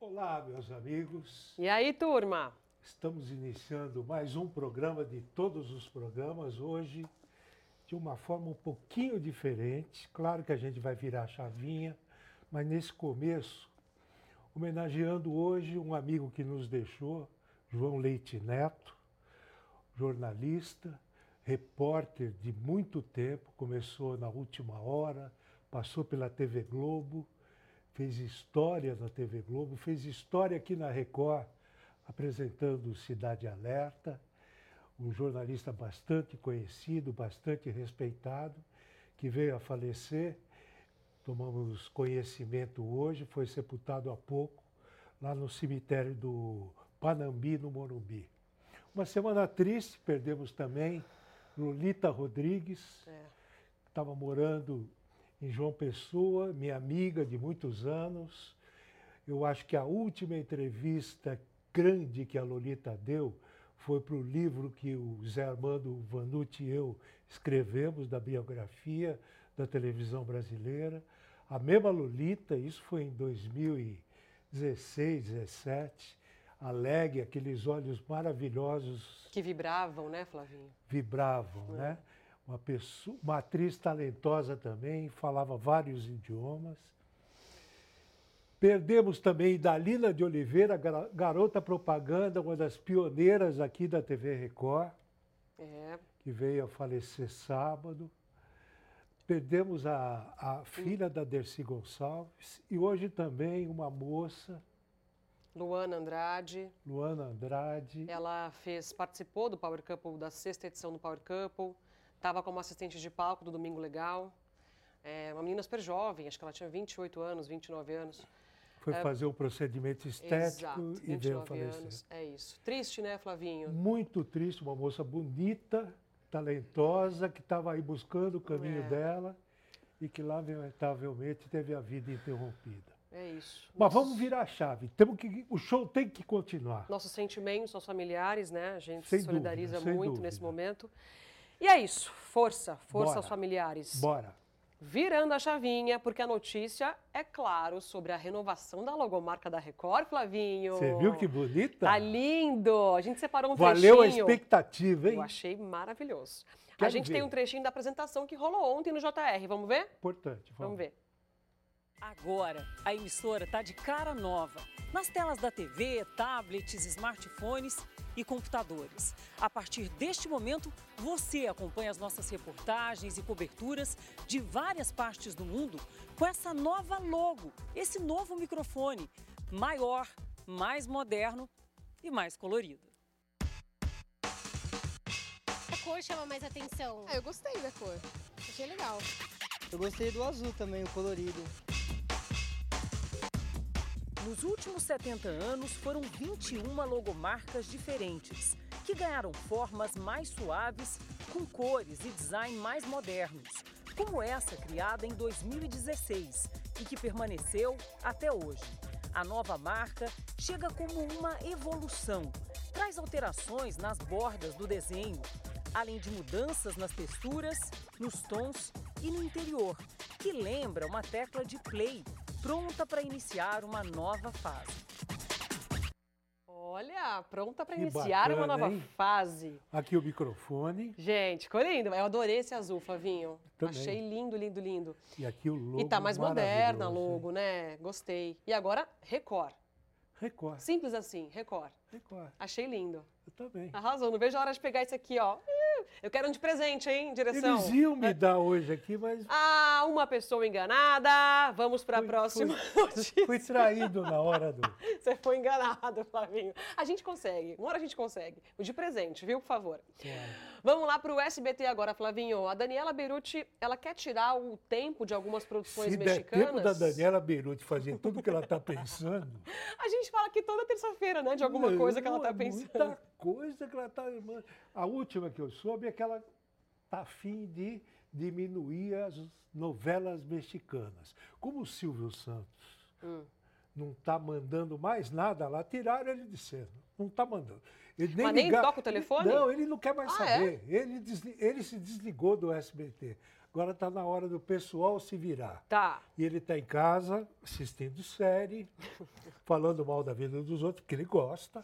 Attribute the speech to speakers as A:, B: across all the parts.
A: Olá, meus amigos.
B: E aí, turma?
A: Estamos iniciando mais um programa de todos os programas hoje, de uma forma um pouquinho diferente. Claro que a gente vai virar a chavinha, mas nesse começo, homenageando hoje um amigo que nos deixou, João Leite Neto, jornalista, repórter de muito tempo, começou na última hora, passou pela TV Globo, fez história na TV Globo, fez história aqui na Record, apresentando Cidade Alerta, um jornalista bastante conhecido, bastante respeitado, que veio a falecer. Tomamos conhecimento hoje, foi sepultado há pouco, lá no cemitério do Panambi, no Morumbi. Uma semana triste, perdemos também Lolita Rodrigues,
B: É.
A: que estava morando em João Pessoa, minha amiga de muitos anos. Eu acho que a última entrevista grande que a Lolita deu foi para o livro que o Zé Armando Vanucci e eu escrevemos da biografia da televisão brasileira. A mesma Lolita, isso foi em 2016, 17, alegre, aqueles olhos maravilhosos
B: Que vibravam, né, Flavinho?
A: vibravam, né? Uma, pessoa, uma atriz talentosa também, falava vários idiomas. Perdemos também Dalila de Oliveira, gar- garota propaganda, uma das pioneiras aqui da TV Record,
B: É.
A: que veio a falecer sábado. Perdemos a, a filha da Dercy Gonçalves e hoje também uma moça,
B: Luana Andrade,
A: Luana Andrade.
B: ela fez, participou do Power Couple, da sexta edição do Power Couple, estava como assistente de palco do Domingo Legal. É uma menina super jovem, acho que ela tinha 28 anos, 29 anos.
A: Foi fazer um procedimento estético
B: Exato,
A: e veio a
B: 29
A: falecer.
B: anos. É isso. Triste, né, Flavinho?
A: muito triste, uma moça bonita, talentosa, que estava aí buscando o caminho
B: É.
A: dela e que lamentavelmente teve a vida interrompida.
B: É isso.
A: Mas vamos virar a chave. Temos que, o show tem que continuar.
B: Nossos sentimentos aos familiares, né? A gente
A: Sem
B: se solidariza
A: dúvida, sem
B: muito
A: dúvida.
B: nesse momento. E é isso. Força, força
A: Bora.
B: aos familiares.
A: Bora.
B: Virando a chavinha, porque a notícia é, claro, sobre a renovação da logomarca da Record, Flavinho.
A: Você viu que bonita?
B: Tá lindo! A gente separou um
A: Valeu a
B: trechinho.
A: expectativa,
B: Eu
A: hein?
B: achei maravilhoso. a
A: Quero
B: gente
A: ver.
B: tem um trechinho da apresentação que rolou ontem no JR. Vamos ver?
A: Importante.
B: Vamos ver.
C: Agora, a emissora está de cara nova. Nas telas da TV, tablets, smartphones e computadores. A partir deste momento, você acompanha as nossas reportagens e coberturas de várias partes do mundo com essa nova logo, esse novo microfone. Maior, mais moderno e mais colorido.
D: A cor chama mais atenção.
E: Ah, eu gostei da cor. Achei legal.
F: Eu gostei do azul também, o colorido.
C: Nos últimos 70 anos, foram 21 logomarcas diferentes, que ganharam formas mais suaves, com cores e design mais modernos, como essa criada em 2016 e que permaneceu até hoje. A nova marca chega como uma evolução, traz alterações nas bordas do desenho, além de mudanças nas texturas, nos tons e no interior, que lembra uma tecla de play pronta para iniciar uma nova fase.
B: Olha, pronta para
A: Que
B: iniciar
A: bacana,
B: uma nova
A: hein?
B: fase.
A: Aqui o microfone
B: Gente, ficou lindo. Eu adorei esse azul, Flavinho.
A: Também.
B: Achei lindo, lindo, lindo.
A: e aqui o logo.
B: e tá mais moderna a
A: maravilhoso, hein?
B: logo, né? Gostei. E agora, Record.
A: Record.
B: Simples assim, Record.
A: Record.
B: Achei lindo.
A: Eu também.
B: Arrasou, não vejo a hora de pegar isso aqui, ó. Uh, Eu quero um de presente, hein, direção.
A: Eles iam me dar hoje aqui, mas
B: Ah, uma pessoa enganada. Vamos para a
A: Fui-
B: próxima notícia.
A: fui traído na hora do.
B: Você foi enganado, Flavinho. A gente consegue. Uma hora a gente consegue. O de presente, viu, por favor. Vamos lá para o SBT agora, Flavinho. A Daniela Beruti, ela quer tirar o tempo de algumas produções
A: Se der
B: mexicanas.
A: tempo da Daniela Beirute fazer tudo o que ela está pensando.
B: A gente fala aqui toda terça-feira, né, de alguma coisa que ela
A: Não,
B: tá
A: é
B: pensando.
A: Muita coisa que ela está. A última que eu soube é que ela está afim de diminuir as novelas mexicanas. Como o Silvio Santos
B: Hum.
A: não está mandando mais nada lá, tiraram ele de cena. Não está mandando. Ele nem
B: Mas nem
A: liga-
B: toca o telefone?
A: Não, ele não quer mais
B: Ah, é?
A: saber. Ele, desli- ele se desligou do SBT. Agora está na hora do pessoal se virar.
B: Tá.
A: E ele está em casa assistindo série, falando mal da vida dos outros, porque ele gosta.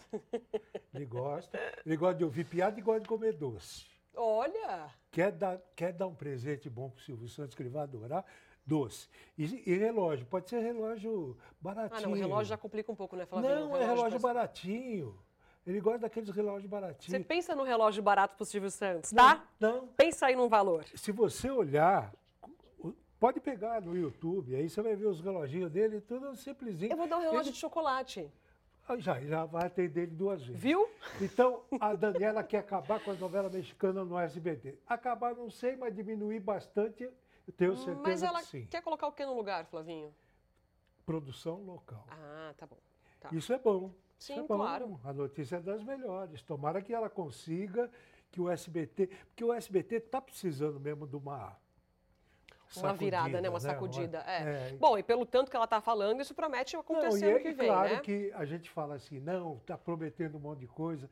A: Ele gosta. Ele gosta de ouvir piada e gosta de comer doce.
B: Olha.
A: Quer dar, quer dar um presente bom para o Silvio Santos, que ele vai adorar? Doce. E, e relógio. Pode ser relógio baratinho.
B: Ah, não, o relógio já complica um pouco, né, Flavinho?
A: Não, é relógio
B: parece-
A: baratinho. Ele gosta daqueles relógios
B: Você
A: baratinhos.
B: pensa no relógio barato pro Silvio Santos, tá?
A: Não,
B: Pensa aí num valor.
A: se você olhar, o- pode pegar no YouTube, aí você vai ver os reloginhos dele, tudo simplesinho.
B: Eu vou dar um relógio de chocolate,
A: Ah, Já, já vai atender ele duas vezes.
B: viu?
A: Então, a Daniela quer acabar com a novela mexicana no SBT. Acabar, não sei, mas diminuir bastante, eu tenho certeza
B: Hum, Mas ela
A: que sim.
B: quer colocar o que no lugar, Flavinho?
A: Produção local.
B: Ah, tá bom. Tá.
A: Isso é bom.
B: Sim,
A: isso é bom.
B: claro.
A: A notícia é das melhores. Tomara que ela consiga que o SBT. Porque o SBT está tá precisando mesmo de uma.
B: Uma virada, né? Uma
A: sacudida,
B: sacudida. É.
A: É,
B: Bom, e pelo tanto que ela tá falando, isso promete acontecer
A: não, e
B: ano
A: é
B: que vem,
A: claro
B: né?
A: que a gente fala assim, não, está prometendo um monte de coisa,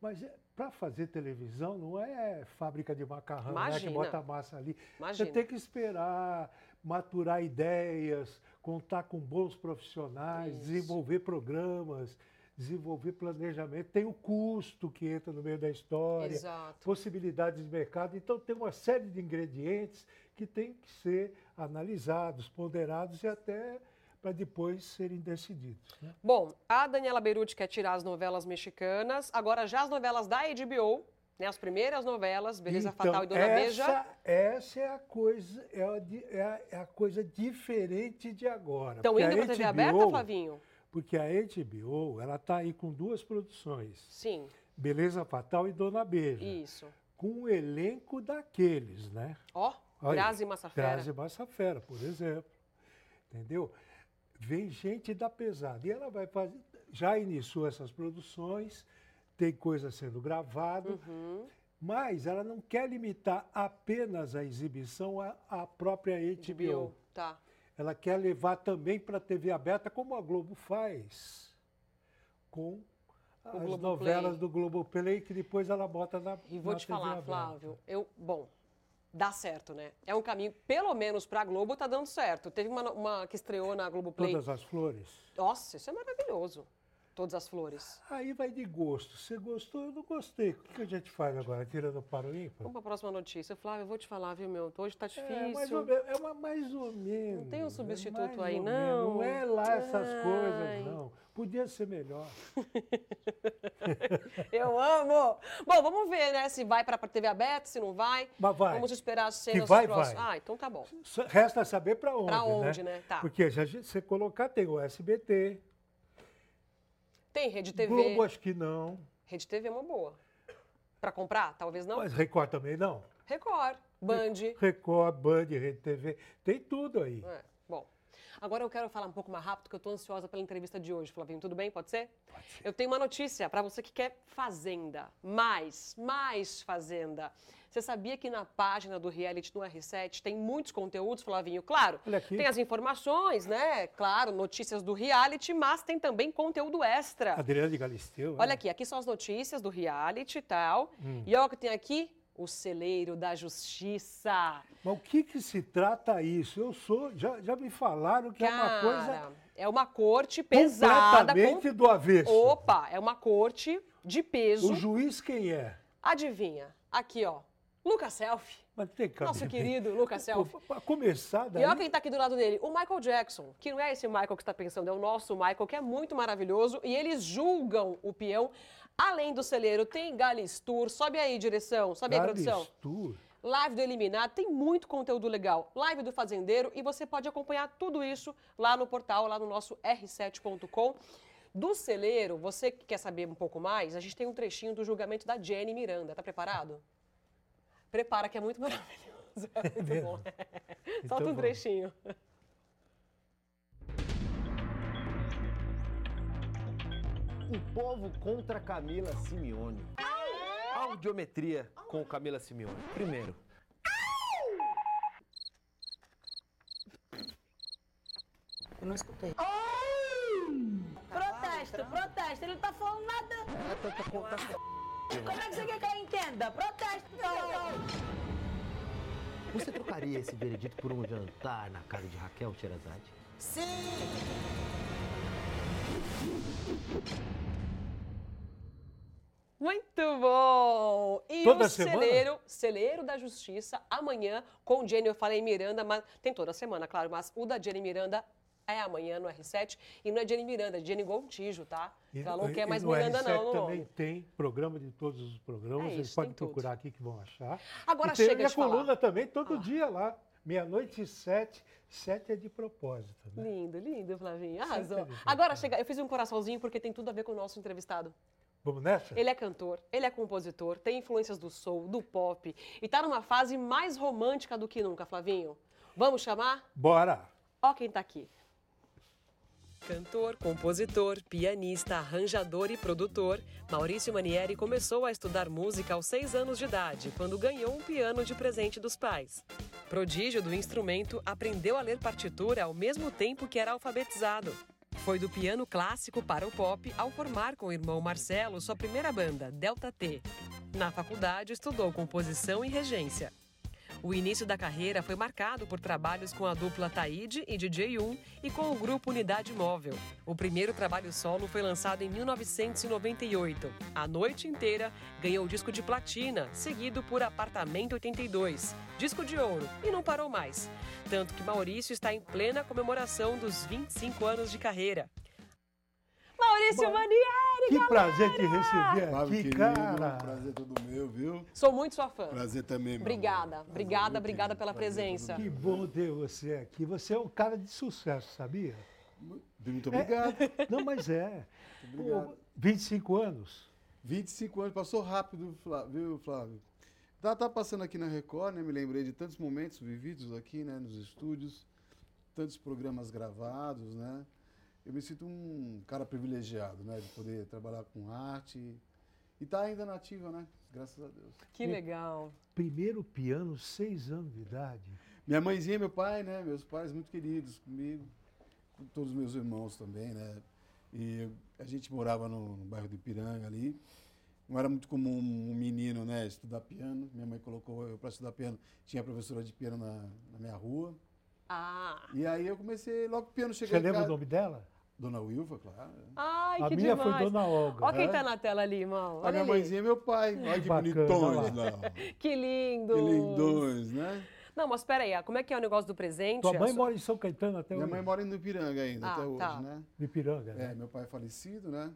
A: mas para fazer televisão não é fábrica de macarrão, né, que
B: Imagina.
A: bota a massa ali.
B: Imagina.
A: Você tem que esperar, maturar ideias, contar com bons profissionais,
B: Isso.
A: desenvolver programas, desenvolver planejamento. Tem o custo que entra no meio da história,
B: Exato.
A: possibilidades de mercado. Então, tem uma série de ingredientes que têm que ser analisados, ponderados e até para depois serem decididos. né?
B: Bom, a Daniela Beruti quer tirar as novelas mexicanas, agora já as novelas da HBO, né? As primeiras novelas, Beleza
A: Então,
B: Fatal e Dona
A: essa,
B: Beija.
A: Essa é a coisa, é a, di- é a- é a coisa diferente de agora.
B: Estão
A: porque a
B: Então, indo pra TV aberta,
A: HBO
B: Flavinho?
A: Porque a HBO, ela está aí com duas produções,
B: Sim,
A: Beleza Fatal e Dona Beija,
B: isso.
A: com um elenco daqueles, né?
B: Ó,
A: Olha aí,
B: Grazi Massafera.
A: Grazi Massafera, por exemplo, entendeu? Vem gente da pesada e ela vai fazer, já iniciou essas produções, tem coisa sendo gravada,
B: Uhum.
A: mas ela não quer limitar apenas a exibição à, à própria HBO.
B: HBO, tá.
A: Ela quer levar também para a TV aberta, como a Globo faz, com as
B: Globoplay.
A: novelas do Globoplay, que depois ela bota na
B: E vou
A: na
B: te
A: TV
B: falar,
A: aberta.
B: Flávio, eu, bom, dá certo, né? É um caminho, pelo menos pra Globo, tá dando certo. Teve uma, uma que estreou na Globoplay.
A: Todas as flores.
B: Nossa, isso é maravilhoso. Todas as flores.
A: Aí vai de gosto. Você gostou, eu não gostei. O que que a gente faz agora? Tirando para o ímpar?
B: Vamos pra próxima notícia. Flávio, eu vou te falar, viu, meu? Hoje tá difícil.
A: É, mais ou menos, é uma mais ou menos.
B: tem um
A: é
B: substituto
A: mais
B: aí,
A: ou menos.
B: não?
A: Não é lá essas
B: Ai.
A: coisas, não. Podia ser melhor.
B: Eu amo! Bom, vamos ver, né, se vai pra TV aberta, se não vai.
A: Mas vai.
B: Vamos esperar as cenas
A: vai,
B: próximas.
A: vai.
B: Ah, então tá bom.
A: Só- Resta saber para onde,
B: Pra onde, né? Tá.
A: Porque se a gente- você colocar, tem o SBT,
B: Tem Rede TV.
A: Globo acho que não,
B: Rede TV é uma boa. Pra comprar? Talvez não.
A: mas Record também não.
B: Record, Band.
A: Record, Band, Rede TV, tem tudo aí.
B: É, bom. Agora eu quero falar um pouco mais rápido, que eu tô ansiosa pela entrevista de hoje, Flavinho. Tudo bem? Pode ser? Pode ser. Eu tenho uma notícia para você que quer Fazenda. Mais, mais Fazenda. Você sabia que na página do reality no R7 tem muitos conteúdos, Flavinho? Claro.
A: Olha aqui.
B: Tem as informações, né? Claro, notícias do reality, mas tem também conteúdo extra.
A: Adriano de Galisteu.
B: Olha
A: é.
B: aqui, aqui são as notícias do reality e tal. E olha o que tem aqui. O celeiro da justiça.
A: Mas o que, que se trata isso? Eu sou. Já, já me falaram que é uma coisa
B: Cara, é uma corte pesada.
A: completamente
B: com-
A: do avesso.
B: Opa, é uma corte de peso.
A: O juiz quem é?
B: Adivinha? Aqui, ó. Lucas Selfie.
A: Mas tem
B: Nosso
A: cabimento.
B: querido Lucas Selfie.
A: Pô, Pra começar daí.
B: E olha quem tá aqui do lado dele, o Michael Jackson, que não é esse Michael que está pensando, é o nosso Michael, que é muito maravilhoso, e eles julgam o peão. Além do celeiro, tem Galistur, sobe aí, direção, sobe aí, produção.
A: Galistur.
B: Live do Eliminado, tem muito conteúdo legal. Live do Fazendeiro e você pode acompanhar tudo isso lá no portal, lá no nosso r7.com. Do celeiro, você que quer saber um pouco mais, a gente tem um trechinho do julgamento da Jenny Miranda. Tá preparado? Prepara que é muito maravilhoso. É muito
A: mesmo?
B: bom.
A: Então
B: Solta um
A: vamos.
B: trechinho.
G: O povo contra Camila Simeone. Audiometria com Camila Simeone. Primeiro.
H: Protesto, protesto. Ele não tá falando nada. Como é que você quer que ela entenda? Protesto. Não, não.
G: Você trocaria esse veredito por um jantar na casa de Raquel Sherazade?
B: Muito bom! E
A: Toda
B: o
A: semana?
B: celeiro, celeiro da Justiça, amanhã, com Jenny, eu falei Miranda, mas tem toda semana, claro, mas o da Jenny Miranda é amanhã no R7. E não é Jenny Miranda, é Jenny Gontijo, tá? Ela não quer mais
A: no
B: Miranda,
A: R7
B: não, no
A: é também
B: nome.
A: tem programa de todos os programas.
B: É
A: Vocês
B: isso,
A: podem
B: tem tudo.
A: procurar aqui que vão achar.
B: Agora
A: e tem
B: chega
A: a
B: de
A: coluna
B: falar.
A: também todo
B: Ah.
A: dia lá. Meia-noite e sete. Sete é de propósito, né?
B: Lindo, lindo, Flavinho.
A: Sempre
B: Arrasou.
A: lindo.
B: Agora chega, eu fiz um coraçãozinho porque tem tudo a ver com o nosso entrevistado.
A: Vamos nessa?
B: Ele é cantor, ele é compositor, tem influências do soul, do pop e tá numa fase mais romântica do que nunca, Flavinho. Vamos chamar?
A: Bora!
B: Ó quem tá aqui. Cantor, compositor, pianista, arranjador e produtor, Maurício Manieri começou a estudar música aos seis anos de idade, quando ganhou um piano de presente dos pais. Prodígio do instrumento, aprendeu a ler partitura ao mesmo tempo que era alfabetizado. Foi do piano clássico para o pop ao formar com o irmão Marcelo sua primeira banda, Delta T. Na faculdade, estudou composição e regência. O início da carreira foi marcado por trabalhos com a dupla Taíde e DJ 1 e com o grupo Unidade Móvel. O primeiro trabalho solo foi lançado em 1998. A noite inteira ganhou o disco de platina, seguido por Apartamento 82, disco de ouro e não parou mais. Tanto que Maurício está em plena comemoração dos 25 anos de carreira. Maurício Mania!
A: Que prazer te receber
I: Flávio,
A: aqui,
I: querido, um
A: cara!
I: prazer é todo meu, viu?
B: Sou muito sua fã.
I: Prazer também, meu
B: Obrigada,
I: amor. Prazer,
B: obrigada,
I: meu
B: obrigada
I: querido,
B: pela
I: prazer
B: presença.
A: Que bom ter você aqui. Você é um cara de sucesso, sabia?
I: todo- Muito obrigado.
A: Não, mas é.
I: obrigado.
A: Pô, 25 anos.
I: 25 anos, passou rápido, Flá- viu, Flávio? Tá, tá passando aqui na Record, né? Me lembrei de tantos momentos vividos aqui, né? Nos estúdios, tantos programas gravados, né? Eu me sinto um cara privilegiado, né? De poder trabalhar com arte. E tá ainda nativa, né? Graças a Deus.
B: Que legal.
A: Primeiro piano, seis anos de idade.
I: Minha mãezinha e meu pai, né? Meus pais muito queridos comigo, com todos os meus irmãos também, né? E a gente morava no, no bairro do Ipiranga ali. Não era muito comum um menino, né, estudar piano. Minha mãe colocou eu para estudar piano. Tinha professora de piano na, na minha rua.
B: Ah.
I: E aí eu comecei, logo que o piano cheguei
A: Você
I: em
A: lembra o
I: casa-
A: nome dela?
I: Dona Wilva, claro.
B: Ai,
A: a
B: que
A: minha
B: demais.
A: foi Dona É? Olga. né?
B: Ó quem tá na tela ali, irmão.
I: a
B: Olha
I: minha
B: ali.
I: mãezinha e meu pai. Olha que
A: Bacana, olha
I: bonitões lá. ó.
B: Que
I: Que
B: lindo.
I: lindões, né?
B: Não, mas peraí, ah, como é que é o negócio do presente?
A: Tua mãe
B: A sua-
A: mora em São Caetano até
I: Minha
A: hoje.
I: mãe mora em Ipiranga ainda,
B: Ah,
I: até hoje,
B: tá.
I: né?
A: De Piranga, né?
I: É, meu pai é falecido, né?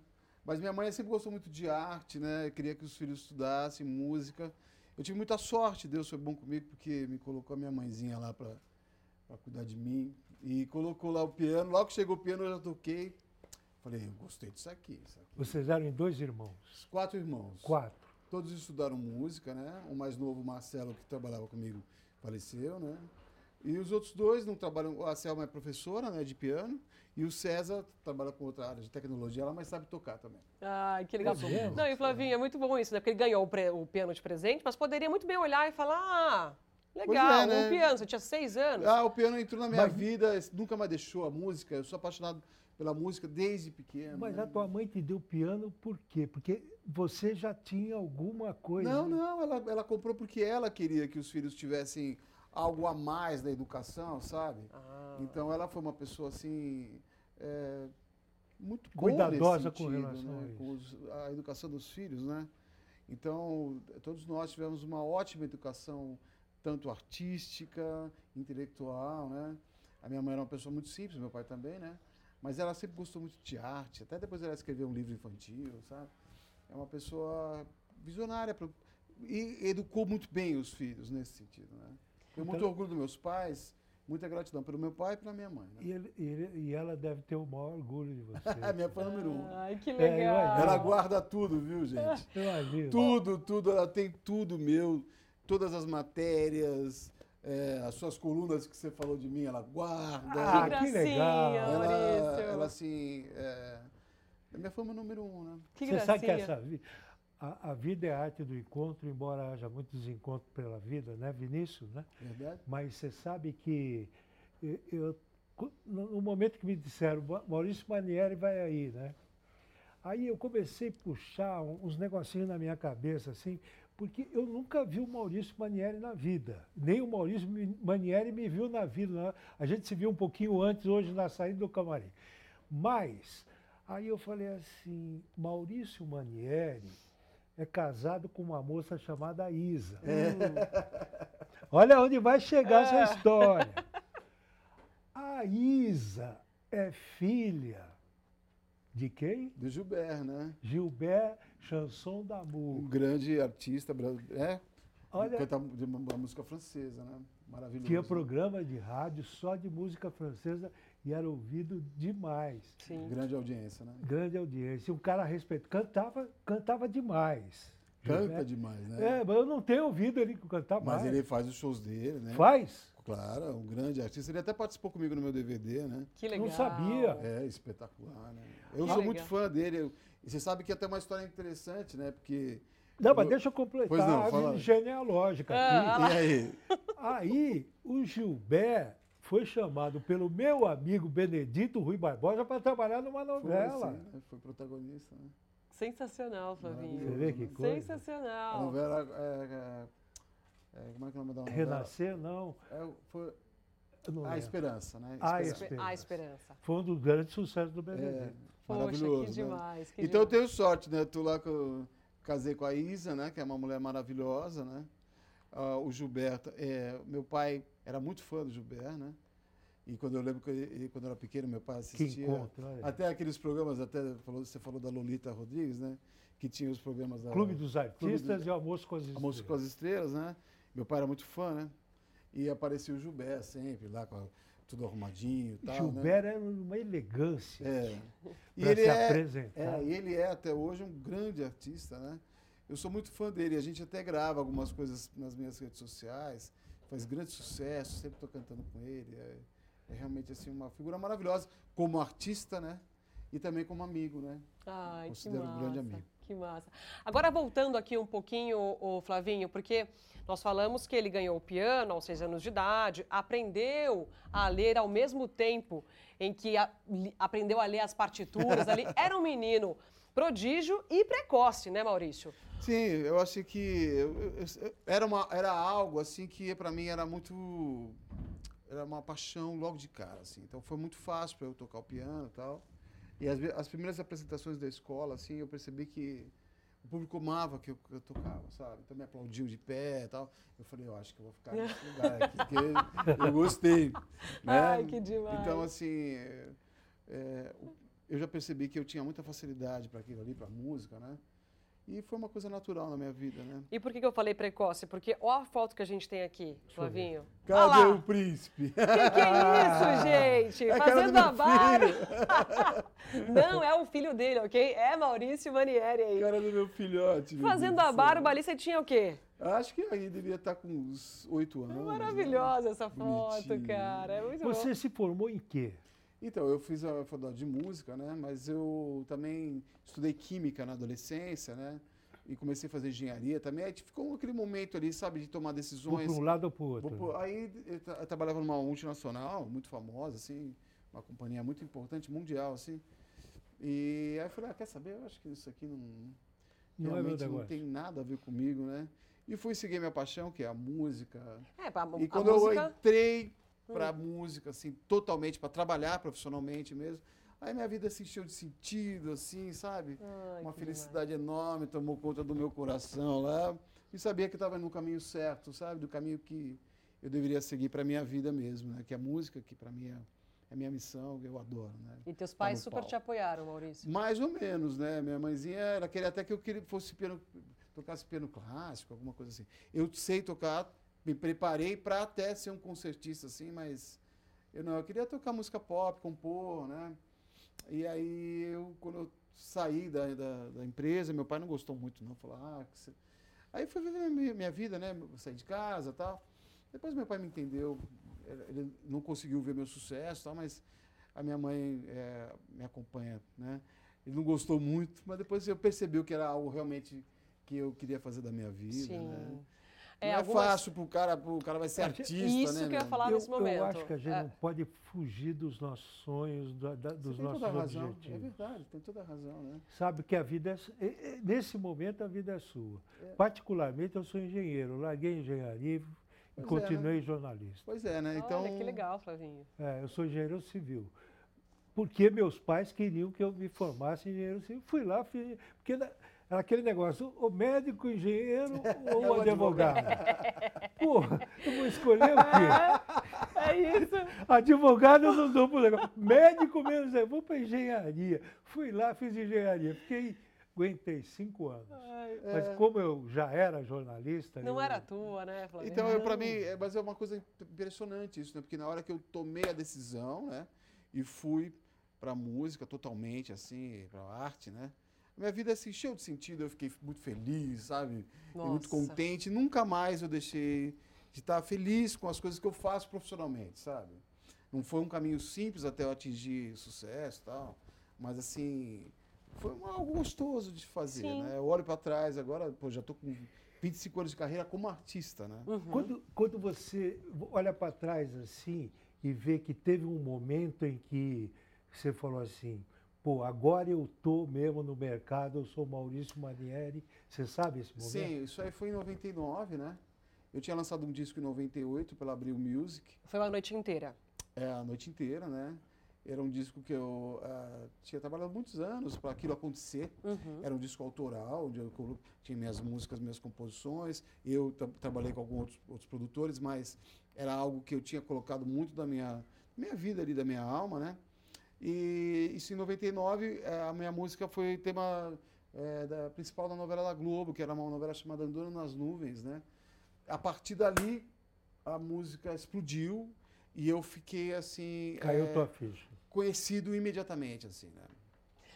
I: Mas minha mãe sempre gostou muito de arte, né? Queria que os filhos estudassem música. Eu tive muita sorte, Deus foi bom comigo, porque me colocou a minha mãezinha lá para cuidar de mim. E colocou lá o piano. Logo que chegou o piano, eu já toquei. Falei, eu gostei disso aqui. Isso aqui.
A: Vocês eram em dois irmãos.
I: Os quatro irmãos.
A: Quatro.
I: Todos estudaram música, né? O mais novo, Marcelo, que trabalhava comigo, faleceu, né? E os outros dois não trabalham. A Selma é professora, né, de piano, e o César trabalha com outra área de tecnologia lá, mas sabe tocar também.
B: Ai, que legal.
A: É mesmo?
B: Não, e Flavinho, é muito bom isso, né? Porque ele ganhou o, pre- o piano de presente, mas poderia muito bem olhar e falar, ah, legal,
I: é, né?
B: um piano, você tinha seis anos.
I: Ah, o piano entrou na minha
A: Mas-
I: vida, nunca mais deixou a música. Eu sou apaixonado pela música desde pequeno.
A: Mas
I: né?
A: a tua mãe te deu piano por quê? Porque você já tinha alguma coisa.
I: Não, não, ela, ela comprou porque ela queria que os filhos tivessem algo a mais na educação, sabe? Então ela foi uma pessoa assim. é, muito boa nesse
A: Cuidadosa com
I: sentido,
A: relação
I: né?
A: a isso.
I: com os- a educação dos filhos, né? Então todos nós tivemos uma ótima educação, tanto artística, intelectual, né? A minha mãe era uma pessoa muito simples, meu pai também, né? Mas ela sempre gostou muito de arte, até depois ela escreveu um livro infantil, sabe? É uma pessoa visionária pro- e educou muito bem os filhos nesse sentido, né? Tenho muito
A: Então-
I: orgulho dos meus pais, muita gratidão pelo meu pai e pela minha mãe. Né?
A: E, ele- e ele- e ela deve ter o maior orgulho de você.
I: É minha fã número um.
A: Ah.
B: Ai, que
A: eu
B: legal.
A: olhei.
I: Ela guarda tudo, viu, gente?
A: Eu ali,
I: Tudo, tudo. Ela tem tudo meu, todas as matérias, é, as suas colunas que você falou de mim, ela
A: Ah,
I: guarda.
A: que legal.
B: gracinha,
I: ela,
B: Maurício.
I: ela, assim, é, é minha fama número um, né?
B: Que
A: Você
B: gracinha.
A: sabe que essa vida. A, a vida é a arte do encontro, embora haja muito desencontro pela vida, né, Vinícius? Né?
I: Verdade?
A: Mas você sabe que e- eu, co- no no momento que me disseram, "Ba- Maurício Manieri vai aí, né? Aí eu comecei a puxar um- uns negocinhos na minha cabeça, assim, Porque eu nunca vi o Maurício Manieri na vida. Nem o Maurício Mi- Manieri me viu na vida. A gente se viu um pouquinho antes, hoje, na saída do camarim. Mas, aí eu falei assim: Maurício Manieri é casado com uma moça chamada Isa. Olha onde vai chegar
I: É.
A: essa história. A Isa é filha de quem?
I: Do Gilbert, né?
A: Gilbert Chanson
I: Um
A: d'Amour.
I: grande artista brasileiro. É,
A: Olha, é
I: canta de uma, uma música francesa, né? Maravilhoso.
A: tinha programa de rádio só de música francesa e era ouvido demais.
B: Sim.
I: Grande audiência, né?
A: Grande audiência. Um cara respeito. Cantava, cantava demais.
I: Canta
A: Gilbert.
I: demais, né?
A: É, mas eu não tenho ouvido ele cantar
I: Mas
A: mais.
I: ele faz os shows dele, né?
A: Faz?
I: Claro, é um grande artista. Ele até participou comigo no meu DVD, né?
B: Que legal.
A: sabia.
I: É espetacular, né? Eu
B: Que
I: sou muito
B: legal.
I: fã dele. Eu- e você sabe que é até uma história interessante, né? Porque.
A: Não, mas
I: Eu-
A: deixa eu completar
I: Pois não,
A: a
I: fala.
A: árvore genealógica aqui.
B: Ah, ah
I: E aí?
A: Aí o Gilbert foi chamado pelo meu amigo Benedito Rui Barbosa para trabalhar numa
I: Foi,
A: novela.
I: assim, né? foi protagonista, né?
B: Sensacional,
A: Você
B: Flavinho.
A: vê que coisa.
I: A
B: Sensacional.
I: novela. é, é, é, como é que é o nome da novela?
A: Renascer, não.
I: É, foi
A: eu não
I: A
A: lembro.
I: Esperança, né?
A: A
I: Esperança.
A: Esperança.
B: A Ah, esperança.
A: Foi um dos grandes sucessos do
I: É,
A: Benedito.
B: Poxa,
I: Maravilhoso,
B: que
I: né?
B: demais. que
I: Então eu
B: demais.
I: tenho sorte, né? Eu tô lá que eu casei com a Isa, né? Que é uma mulher maravilhosa, né? Ah, o Gilberto, é, meu pai era muito fã do Gilberto, né? E quando eu lembro que ele- quando eu era pequeno, meu pai
A: Que
I: assistia.
A: encontro. olha.
I: Até aqueles programas, até falou- você falou da Lolita Rodrigues, né? Que tinha os programas da
A: Clube dos Artistas
I: dos-
A: e Almoço com as Estrelas.
I: Almoço com as Estrelas, né? Meu pai era muito fã, né? E aparecia o Gilberto sempre, lá com a- tudo arrumadinho e tal. né?
A: Gilbert era uma elegância
I: É. E
A: para
I: ele
A: se
I: é,
A: apresentar.
I: é, e ele é até hoje um grande artista, né? Eu sou muito fã dele, a gente até grava algumas coisas nas minhas redes sociais, faz grande sucesso, sempre estou cantando com ele. É, é realmente assim uma figura maravilhosa, como artista, né? E também como amigo, né?
B: Ai, que
I: Considero
B: massa.
I: um grande amigo.
B: Que massa. Agora, voltando aqui um pouquinho, o Flavinho, porque nós falamos que ele ganhou o piano aos seis anos de idade, aprendeu a ler ao mesmo tempo em que a- li- aprendeu a ler as partituras ali. Era um menino prodígio e precoce, né, Maurício?
I: Sim, eu achei que eu- eu- eu- era, uma, era algo assim que para mim era muito era uma paixão logo de cara, assim. Então foi muito fácil para eu tocar o piano e tal. E as, as primeiras apresentações da escola, assim, eu percebi que o público amava que eu, que eu tocava, sabe? Então me aplaudiam de pé e tal. Eu falei, eu acho que eu vou ficar nesse lugar aqui, porque eu gostei. né?
B: Ai, que demais.
I: Então, assim, é, é, o- eu já percebi que eu tinha muita facilidade para aquilo ali, para música, né? E foi uma coisa natural na minha vida, né?
B: E por que que eu falei precoce? Porque ó a foto que a gente tem aqui, Flavinho. Olha
I: Cadê
B: lá.
I: o príncipe?
B: Que que é isso, gente?
I: É a cara
B: Fazendo
I: do meu
B: a barba. Não, é o filho dele, ok? É Maurício Manieri aí.
I: Cara do meu filhote. meu
B: Fazendo
I: Deus
B: a
I: do céu.
B: barba ali, você tinha o quê?
I: Acho que aí devia estar com uns oito anos. né?
B: Maravilhosa essa foto,
I: Bonitinho.
B: cara. É muito bom.
A: Você se formou em quê?
I: Então, eu fiz a faculdade de música, né? Mas eu também estudei química na adolescência, né? E comecei a fazer engenharia também. Aí ficou aquele momento ali, sabe, de tomar
A: Vou
I: decisões.
A: para um lado ou para o outro?
I: Vou pro- Aí eu, tra- eu trabalhava numa multinacional muito famosa, assim, uma companhia muito importante, mundial, assim. E aí eu falei, ah, quer saber? Eu acho que isso aqui não,
A: Não é meu
I: realmente não
A: negócio.
I: tem nada a ver comigo, né? E fui seguir minha paixão, que é a música.
B: É, pra- a,
I: E quando eu
B: música.
I: entrei pra música, assim, totalmente, pra trabalhar profissionalmente mesmo, aí minha vida se encheu de sentido, assim, sabe?
B: Ai,
I: Uma
B: que
I: felicidade enorme tomou conta do meu coração lá. E sabia que estava no caminho certo, sabe? Do caminho que eu deveria seguir pra minha vida mesmo, né? Que a música, que pra mim é, é minha missão, que eu adoro, né?
B: demais. E teus pais
I: no
B: super
I: pau.
B: te apoiaram, Maurício.
I: Mais ou menos, né? Minha mãezinha, ela queria até que eu queria, fosse piano, tocasse piano clássico, alguma coisa assim. Eu sei tocar, me preparei para até ser um concertista, assim, mas eu não, eu queria tocar música pop, compor, né? E aí, eu, quando eu saí da, da, da empresa, meu pai não gostou muito, não. Falou, ah, que você... Aí fui viver a minha, minha vida, né? Eu Saí de casa e tal. Depois meu pai me entendeu, ele- ele não conseguiu ver meu sucesso e tal, mas a minha mãe eh, me acompanha, né? Ele não gostou muito, mas depois eu percebi que era algo realmente que eu queria fazer da minha vida,
B: Sim.
I: né? Não é
B: algumas- É,
I: fácil pro cara, pro cara vai ser artista,
B: Isso
I: né?
B: que eu ia
I: velho?
B: falar nesse
A: eu, eu
B: momento.
A: acho que a gente
B: É.
A: não pode fugir dos nossos sonhos, da- da-
I: Você
A: dos
I: tem
A: nossos
I: toda a razão. É
A: objetivos.
I: verdade, tem toda a razão, né?
A: Sabe que a vida é, su- e- e- nesse momento a vida é sua. Particularmente eu sou engenheiro, larguei engenharia e
I: Pois é,
A: continuei jornalista.
I: Pois é, né? Então,
B: Olha, que legal, Flavinho.
A: É, eu sou engenheiro civil. Porque meus pais queriam que eu me formasse em engenheiro civil. Fui lá, fiz, porque na- era aquele negócio, o médico, o engenheiro ou o
I: É o
A: advogado. Porra, eu vou escolher o quê?
B: É isso.
A: Advogado eu não dou pro negócio. Médico mesmo, eu vou para engenharia. Fui lá, fiz engenharia. Fiquei, aguentei cinco anos. Mas como eu já era jornalista...
B: é. Não
A: eu-
B: era tua, né, Flavinho?
I: então eu, pra mim, é- mas é uma coisa impressionante isso, né? Porque na hora que eu tomei a decisão, né? E fui pra música totalmente, assim, pra arte, né? Minha vida se encheu de sentido, eu fiquei muito feliz, sabe? E muito
B: Nossa.
I: contente. Nunca mais eu deixei de estar feliz com as coisas que eu faço profissionalmente, sabe? Não foi um caminho simples até eu atingir sucesso e tal, mas assim, foi um- algo gostoso de fazer,
B: Sim.
I: né? Eu olho para trás agora, pô, já tô com 25 anos de carreira como artista, né?
A: Quando, quando você olha para trás assim e vê que teve um momento em que você falou assim, pô, agora eu tô mesmo no mercado, eu sou Maurício Manieri, você sabe esse momento?
I: Sim, isso aí foi em 99, né? Eu tinha lançado um disco em 98 pela Abril Music.
B: Foi uma noite inteira.
I: É, a noite inteira, né? Era um disco que eu ah, tinha trabalhado muitos anos para aquilo acontecer.
B: Uhum.
I: Era um disco autoral, onde eu colo- tinha minhas músicas, minhas composições. Eu tra- trabalhei com alguns outros, outros produtores, mas era algo que eu tinha colocado muito da minha, minha vida ali, da minha alma, né? E isso em 99, eh, a minha música foi tema eh, da, principal da novela da Globo, que era uma novela chamada Andando nas Nuvens, né? A partir dali, a música explodiu e eu fiquei, assim,
A: Caiu
B: é.
I: eh,
A: tua ficha.
I: conhecido imediatamente, assim, né?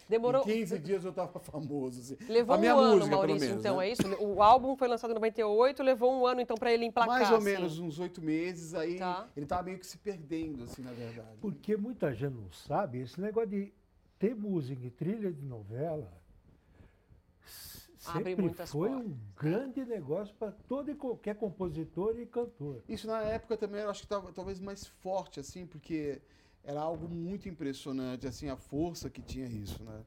B: Demorou.
I: Em 15 dias eu tava famoso, assim.
B: Levou
I: a minha
B: um ano,
I: música, pelo
B: Maurício,
I: menos,
B: então,
I: né?
B: é isso? O álbum foi lançado em 98, levou um ano, então, pra ele emplacar.
I: Mais ou
B: assim.
I: menos né? uns oito meses, aí
B: Tá.
I: ele tava meio que se perdendo, assim, na verdade.
A: Porque muita gente não sabe, esse negócio de ter música e trilha de novela s-
B: Abre
A: sempre
B: muitas
A: foi
B: portas.
A: um grande negócio para todo e qualquer compositor e cantor.
I: Isso na época também eu acho que tava talvez mais forte, assim, porque era algo muito impressionante, assim, a força que tinha isso, né?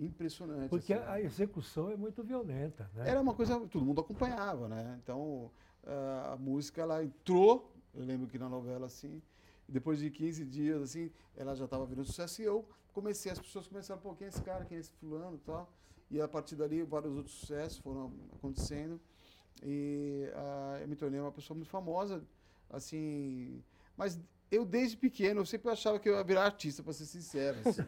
I: Impressionante.
A: Porque
I: assim.
A: a execução é muito violenta, né?
B: É
I: Era uma coisa que todo mundo acompanhava, né? Então, ah, a música, ela entrou, eu lembro que na novela, assim, e depois de 15 dias, assim, ela já estava virando sucesso e eu comecei, as pessoas começaram, pô, quem é esse cara, quem é esse fulano e tal. E a partir dali, vários outros sucessos foram acontecendo e ah, eu me tornei uma pessoa muito famosa, assim... Mas eu, desde pequeno, eu sempre achava que eu ia virar artista, para ser sincero, assim.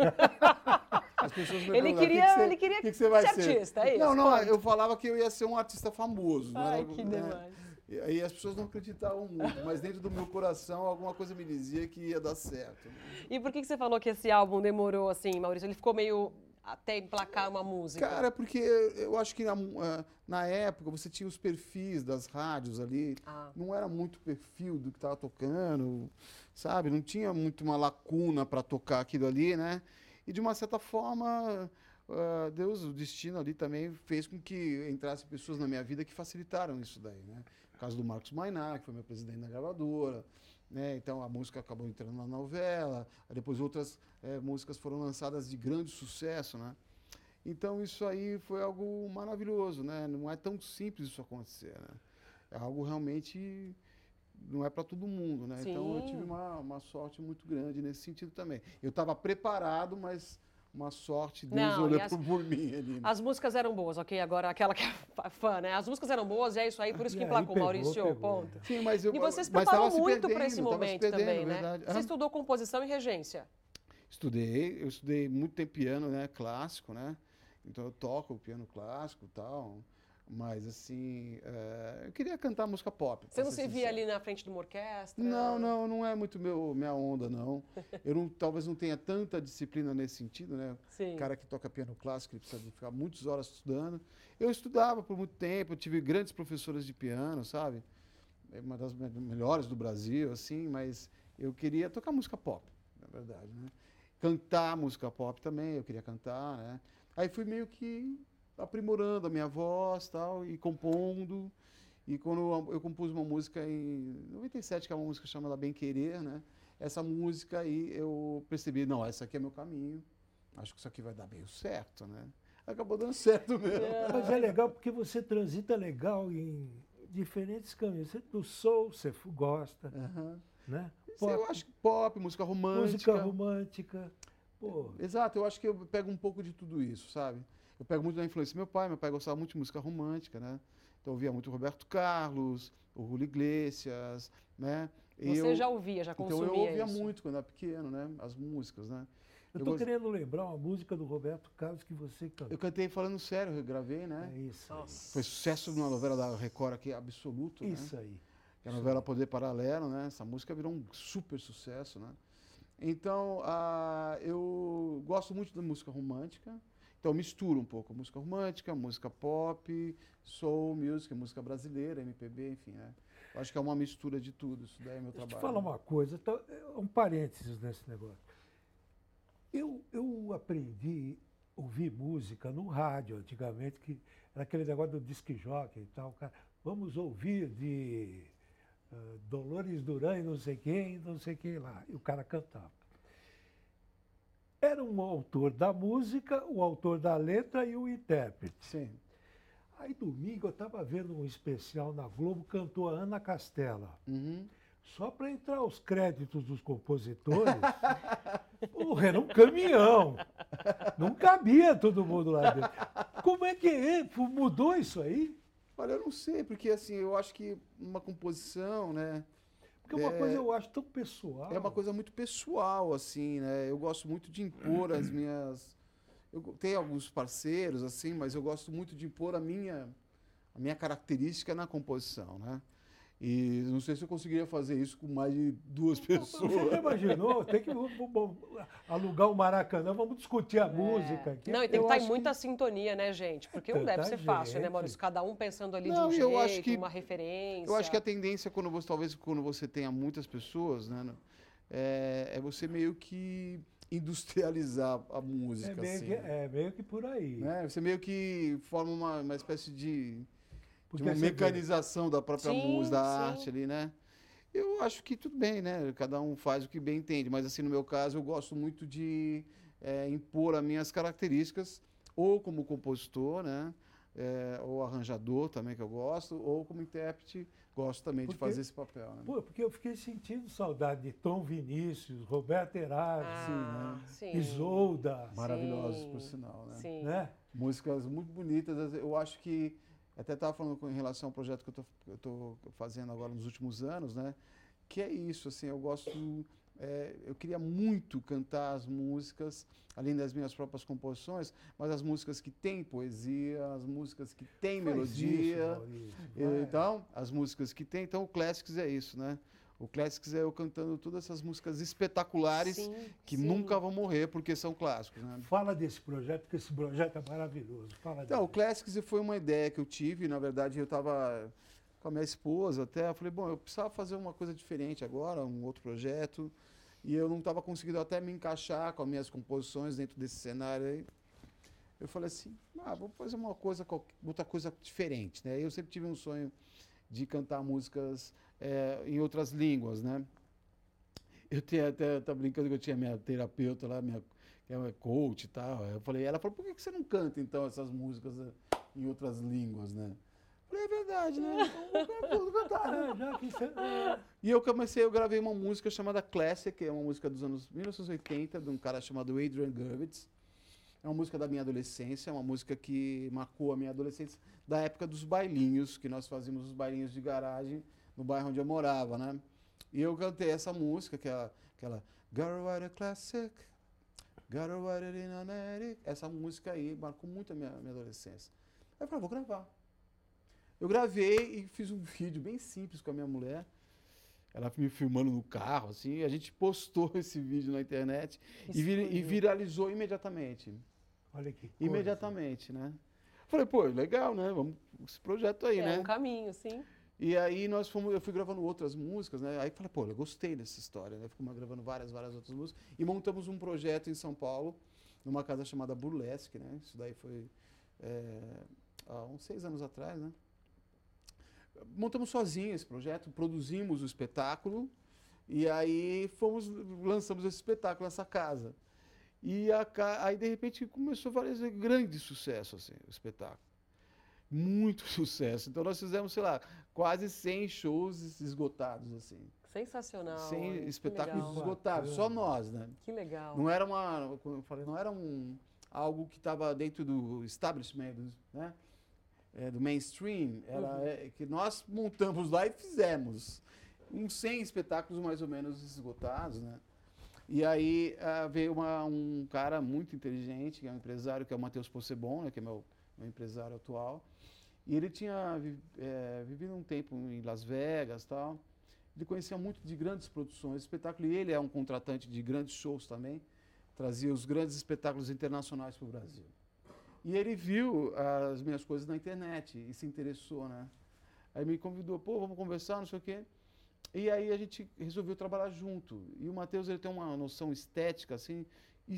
I: As pessoas me
B: Ele
I: perguntavam, "O que
B: queria-
I: que você-
B: ele queria
I: o que que você vai
B: ser
I: ser
B: artista, é isso,
I: Não, não,
B: pronto.
I: eu falava que eu ia ser um artista famoso. não
B: Ai,
I: era-
B: que
I: né?
B: demais.
I: E aí as pessoas não acreditavam muito, mas dentro do meu coração alguma coisa me dizia que ia dar certo. né?
B: E por que, que você falou que esse álbum demorou, assim, Maurício? Ele ficou meio até emplacar uma música.
I: Cara, porque eu acho que na, ah, na época você tinha os perfis das rádios ali,
B: Ah.
I: não era muito perfil do que estava tocando, sabe? Não tinha muito uma lacuna para tocar aquilo ali, né? E de uma certa forma, ah, Deus, o destino ali também fez com que entrassem pessoas na minha vida que facilitaram isso daí, né? O caso do Marcos Mainar, que foi meu presidente da gravadora, né? Então a música acabou entrando na novela, aí depois outras eh, músicas foram lançadas de grande sucesso, né? Então isso aí foi algo maravilhoso, né? Não é tão simples isso acontecer, né? É algo realmente não é para todo mundo, né? Então eu
B: Sim.
I: tive uma, uma sorte muito grande nesse sentido também. Eu estava preparado, mas uma sorte Deus
B: Não, e
I: olhou
B: as-
I: por- por mim ali. né?
B: As músicas eram boas, ok? Agora aquela que é fa- fã, né? As músicas eram boas e é isso aí, por isso
A: E
B: que
A: aí
B: emplacou,
A: pegou,
B: Maurício.
A: pegou.
B: ponto.
I: Sim, mas eu
B: E você se
I: mas
B: preparou
I: tava se
B: muito para
I: perdendo,
B: esse
I: tava se
B: momento
I: perdendo,
B: também, né?
I: verdade.
B: Você
I: Ah.
B: estudou composição e regência.
I: Estudei, eu estudei muito tempo piano, né, clássico, né? Então eu toco piano clássico e tal, mas assim, eh, eu queria cantar música pop.
B: Você
I: pra
B: não
I: ser
B: se via
I: sincero.
B: ali na frente de uma orquestra?
I: Não, não, não é muito meu, minha onda, não. Eu não, talvez não tenha tanta disciplina nesse sentido, né?
B: Sim.
I: O cara que toca piano clássico, ele precisa de ficar muitas horas estudando. Eu estudava por muito tempo, eu tive grandes professoras de piano, sabe? É Uma das me- melhores do Brasil, assim, mas eu queria tocar música pop, na verdade, né? Cantar música pop também, eu queria cantar, né? Aí fui meio que aprimorando a minha voz, tal, e compondo. E quando eu compus uma música em 97, que é uma música chamada Bem Querer, né? Essa música aí eu percebi, não, essa aqui é meu caminho. Acho que isso aqui vai dar meio certo, né? Acabou dando certo mesmo.
A: Mas é legal porque você transita legal em diferentes caminhos. Você- Do soul você f- gosta,
I: Aham.
A: né?
I: Isso Eu
A: Pop,
I: acho que pop, música romântica.
A: música romântica. Pô,
I: Exato, eu acho que eu pego um pouco de tudo isso, sabe? Eu pego muito da influência do meu pai, meu pai gostava muito de música romântica, né? Então eu ouvia muito Roberto Carlos, o Julio Iglesias, né? E
B: Você
I: eu-
B: já ouvia, já
I: Então
B: consumia
I: eu ouvia
B: isso.
I: muito quando era pequeno, né? As músicas, né?
A: eu
I: eu
A: tô
I: gosto-
A: querendo lembrar uma música do Roberto Carlos que você
I: Eu
A: cantou.
I: cantei falando sério, eu gravei,
A: É
I: né?
A: isso aí.
I: Foi sucesso numa novela da Record aqui, absoluto, né?
A: Isso aí.
I: Que é a novela Poder Paralelo, né? Essa música virou um super sucesso, né? Então, ah, eu gosto muito da música romântica. Então, eu misturo um pouco música romântica, música pop, soul music, música brasileira, MPB, enfim, né? Eu acho que é uma mistura de tudo. Isso daí é meu
A: Deixa eu te
I: trabalho.
A: falar uma coisa, tá, é um parênteses nesse negócio. Eu, eu aprendi a ouvir música no rádio antigamente, que era aquele negócio do disque jockey e tal. o cara, vamos ouvir de ah, Dolores Duran e não sei quem, não sei quem lá. E o cara cantava. Era um autor da música, o autor da letra e o intérprete.
I: Sim.
A: Aí domingo eu estava vendo um especial na Globo, cantou a Ana Castela
I: Uhum.
A: só para entrar os créditos dos compositores, porra, era um caminhão. Não cabia todo mundo lá dentro. Como é que é? Pô, mudou isso aí?
I: Olha, eu não sei, porque assim, eu acho que uma composição, né?
A: Porque uma
I: É.
A: coisa eu acho tão pessoal.
I: É uma coisa muito pessoal, assim, né? Eu gosto muito de impor as minhas. Eu go- tenho alguns parceiros, assim, mas eu gosto muito de impor a minha, a minha característica na composição, né? E não sei se eu conseguiria fazer isso com mais de duas
A: Você já
I: pessoas.
A: imaginou? Tem que vamos- vamos alugar o Maracanã, vamos discutir a música aqui.
B: É. Não, e tem
I: Eu
B: que estar em
I: acho
B: muita sintonia, né, gente? Porque não
A: Tanta
B: deve ser fácil, né,
A: gente.
B: Maurício? Cada um pensando ali
I: Não,
B: de um
I: eu
B: jeito,
I: acho que-
B: uma referência.
I: Eu acho que é a tendência, quando você, talvez quando você tenha muitas pessoas, né? no- É, é você meio que industrializar a música,
A: É meio,
I: assim.
A: que, é meio que por aí.
I: né? Você meio que forma uma, uma espécie de de uma
A: você vê,
I: mecanização da própria
B: Sim,
I: música, da
B: sim.
I: arte ali, né? Eu acho que tudo bem, né? Cada um faz o que bem entende, mas assim, no meu caso, eu gosto muito de eh, impor as minhas características, ou como compositor, né? Eh, ou arranjador também, que eu gosto, ou como intérprete, gosto também de
A: Porque-
I: fazer esse papel, né?
A: Pô, porque eu fiquei sentindo saudade de Tom Vinícius, Roberto Erasmo,
B: Ah, sim.
A: Isolda,
I: Maravilhosos, por
B: Sim,
I: sinal, né?
B: Sim.
A: né? né?
I: músicas muito bonitas. Eu acho que até estava falando com- em relação ao projeto que eu tô, que eu tô fazendo agora nos últimos anos, né? Que é isso, assim, eu gosto, é, eu queria muito cantar as músicas, além das minhas próprias composições, mas as músicas que têm poesia, as músicas que têm
A: Faz é, isso, É.
I: melodia,
A: Maurício,
I: e-
A: vai.
I: então as músicas que têm, então o Classics é isso, né? O Classics é eu cantando todas essas músicas espetaculares
B: Sim,
I: que
B: sim.
I: nunca vão morrer porque são clássicos, né?
A: É. Fala desse projeto, porque esse projeto é maravilhoso. Fala
I: Então, o
A: dele.
I: Classics foi uma ideia que eu tive, na verdade eu estava com a minha esposa até, eu falei, bom, eu precisava fazer uma coisa diferente agora, um outro projeto, e eu não estava conseguindo até me encaixar com as minhas composições dentro desse cenário aí. Eu falei assim, ah, vou fazer uma coisa, qualquer- outra coisa diferente, né? Eu sempre tive um sonho de cantar músicas eh, em outras línguas, né? Eu tinha até, tá brincando que eu tinha minha terapeuta lá, minha que é uma coach e tal. Eu falei, ela falou, por que que você não canta então essas músicas eh, em outras línguas, né? Eu Falei, é verdade, né? Então, eu vou cantar, né?
A: Ah, já que isso é-
I: E eu comecei, eu gravei uma música chamada Classic, que é uma música dos anos 1980, de um cara chamado Adrian Gurwitz. É uma música da minha adolescência, é uma música que marcou a minha adolescência, da época dos bailinhos, que nós fazíamos os bailinhos de garagem no bairro onde eu morava, né? E eu cantei essa música, é aquela, aquela Gotta Write a Classic, Gotta Write It In An Attic. Essa música aí marcou muito a minha, minha adolescência. Aí eu falei, "Ah, vou gravar. Eu gravei e fiz um vídeo bem simples com a minha mulher, ela me filmando no carro, assim, a gente postou esse vídeo na internet e, vira- e
B: Explodiu.
I: viralizou imediatamente.
A: Olha que coisa.
I: Imediatamente, né? Falei, pô, legal, né? Vamos esse projeto aí,
B: É
I: né?
B: um caminho, sim.
I: E aí nós fomos, eu fui gravando outras músicas, né? Aí falei, pô, eu gostei dessa história, né? Ficamos gravando várias, várias outras músicas. E montamos um projeto em São Paulo, numa casa chamada Burlesque, eh, né? Isso daí foi é, há uns seis anos atrás, né? montamos sozinhos esse projeto, produzimos o espetáculo e aí fomos lançamos esse espetáculo essa casa. E a ca- aí de repente começou a fazer grande sucesso assim, o espetáculo. Muito sucesso. Então nós fizemos, sei lá, quase 100 shows esgotados assim.
B: Sensacional.
I: 100
B: olha,
I: espetáculos
B: Que legal.
I: esgotados, só nós, né?
B: Que legal.
I: Não era uma, como eu falei, não era um algo que estava dentro do establishment, né? É, do mainstream, era é, que nós montamos lá e fizemos uns 100 espetáculos mais ou menos esgotados, né? E aí ah, veio uma- um cara muito inteligente, que é um empresário, que é o Matheus Possebon, né, que é meu, meu empresário atual. E ele tinha vi- eh, vivido um tempo em Las Vegas tal. Ele conhecia muito de grandes produções, espetáculo, e ele é um contratante de grandes shows também, trazia os grandes espetáculos internacionais para o Brasil. E ele viu as minhas coisas na internet e se interessou, né? Aí me convidou, pô, vamos conversar, não sei o quê. E aí a gente resolveu trabalhar junto. E o Matheus ele tem uma noção estética assim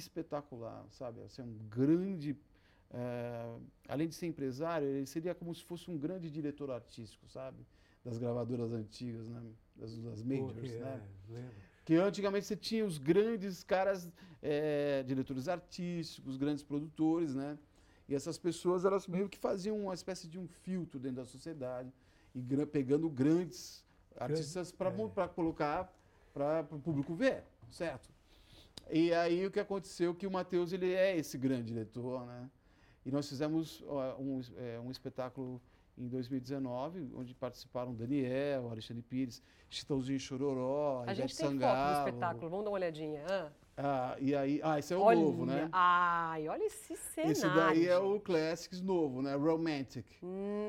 I: espetacular, sabe? Assim, um grande eh, além de ser empresário, ele seria como se fosse um grande diretor artístico, sabe? Das gravadoras antigas, né? Das, das
A: Pô,
I: majors,
A: que
I: né?
A: é, lembro.
I: Que antigamente você tinha os grandes caras, eh, diretores artísticos, grandes produtores, né? E essas pessoas, elas meio que faziam uma espécie de um filtro dentro da sociedade, e gra- pegando grandes artistas para
A: é.
I: colocar para o público ver, certo? E aí o que aconteceu que o Matheus, ele é esse grande diretor, né? E nós fizemos ó, um, es- eh, um espetáculo em 2019, onde participaram Daniel, Alexandre Pires, Chitãozinho e Chororó,
B: A
I: Ivete
B: gente tem foto do
I: Sangalo.
B: espetáculo, vamos dar uma olhadinha. Ah,
I: Ah, e aí, ah, esse é o
B: olha,
I: novo, né?
B: Ai, olha esse cenário.
I: Esse daí é o Classics novo, né? Romantic.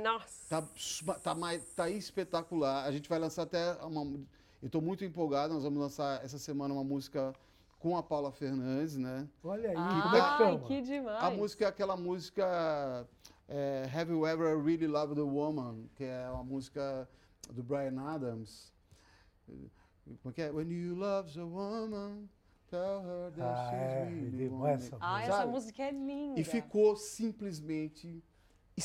B: Nossa.
I: Tá, sma- tá, mais- tá espetacular. A gente vai lançar até uma. Eu tô muito empolgado, nós vamos lançar essa semana uma música com a Paula Fernandes, né?
A: Olha aí, como é que
B: Ah, Ai,
A: chama?
B: que demais.
I: A música é aquela música é, Have You Ever Really Loved a Woman, que é uma música do Brian Adams. Como é que é? When you love a woman, tell her that
A: Ah,
I: she's
A: é,
I: really
A: demais
I: woman.
A: essa
B: Ah, essa
I: Sabe?
B: música é linda.
I: E ficou simplesmente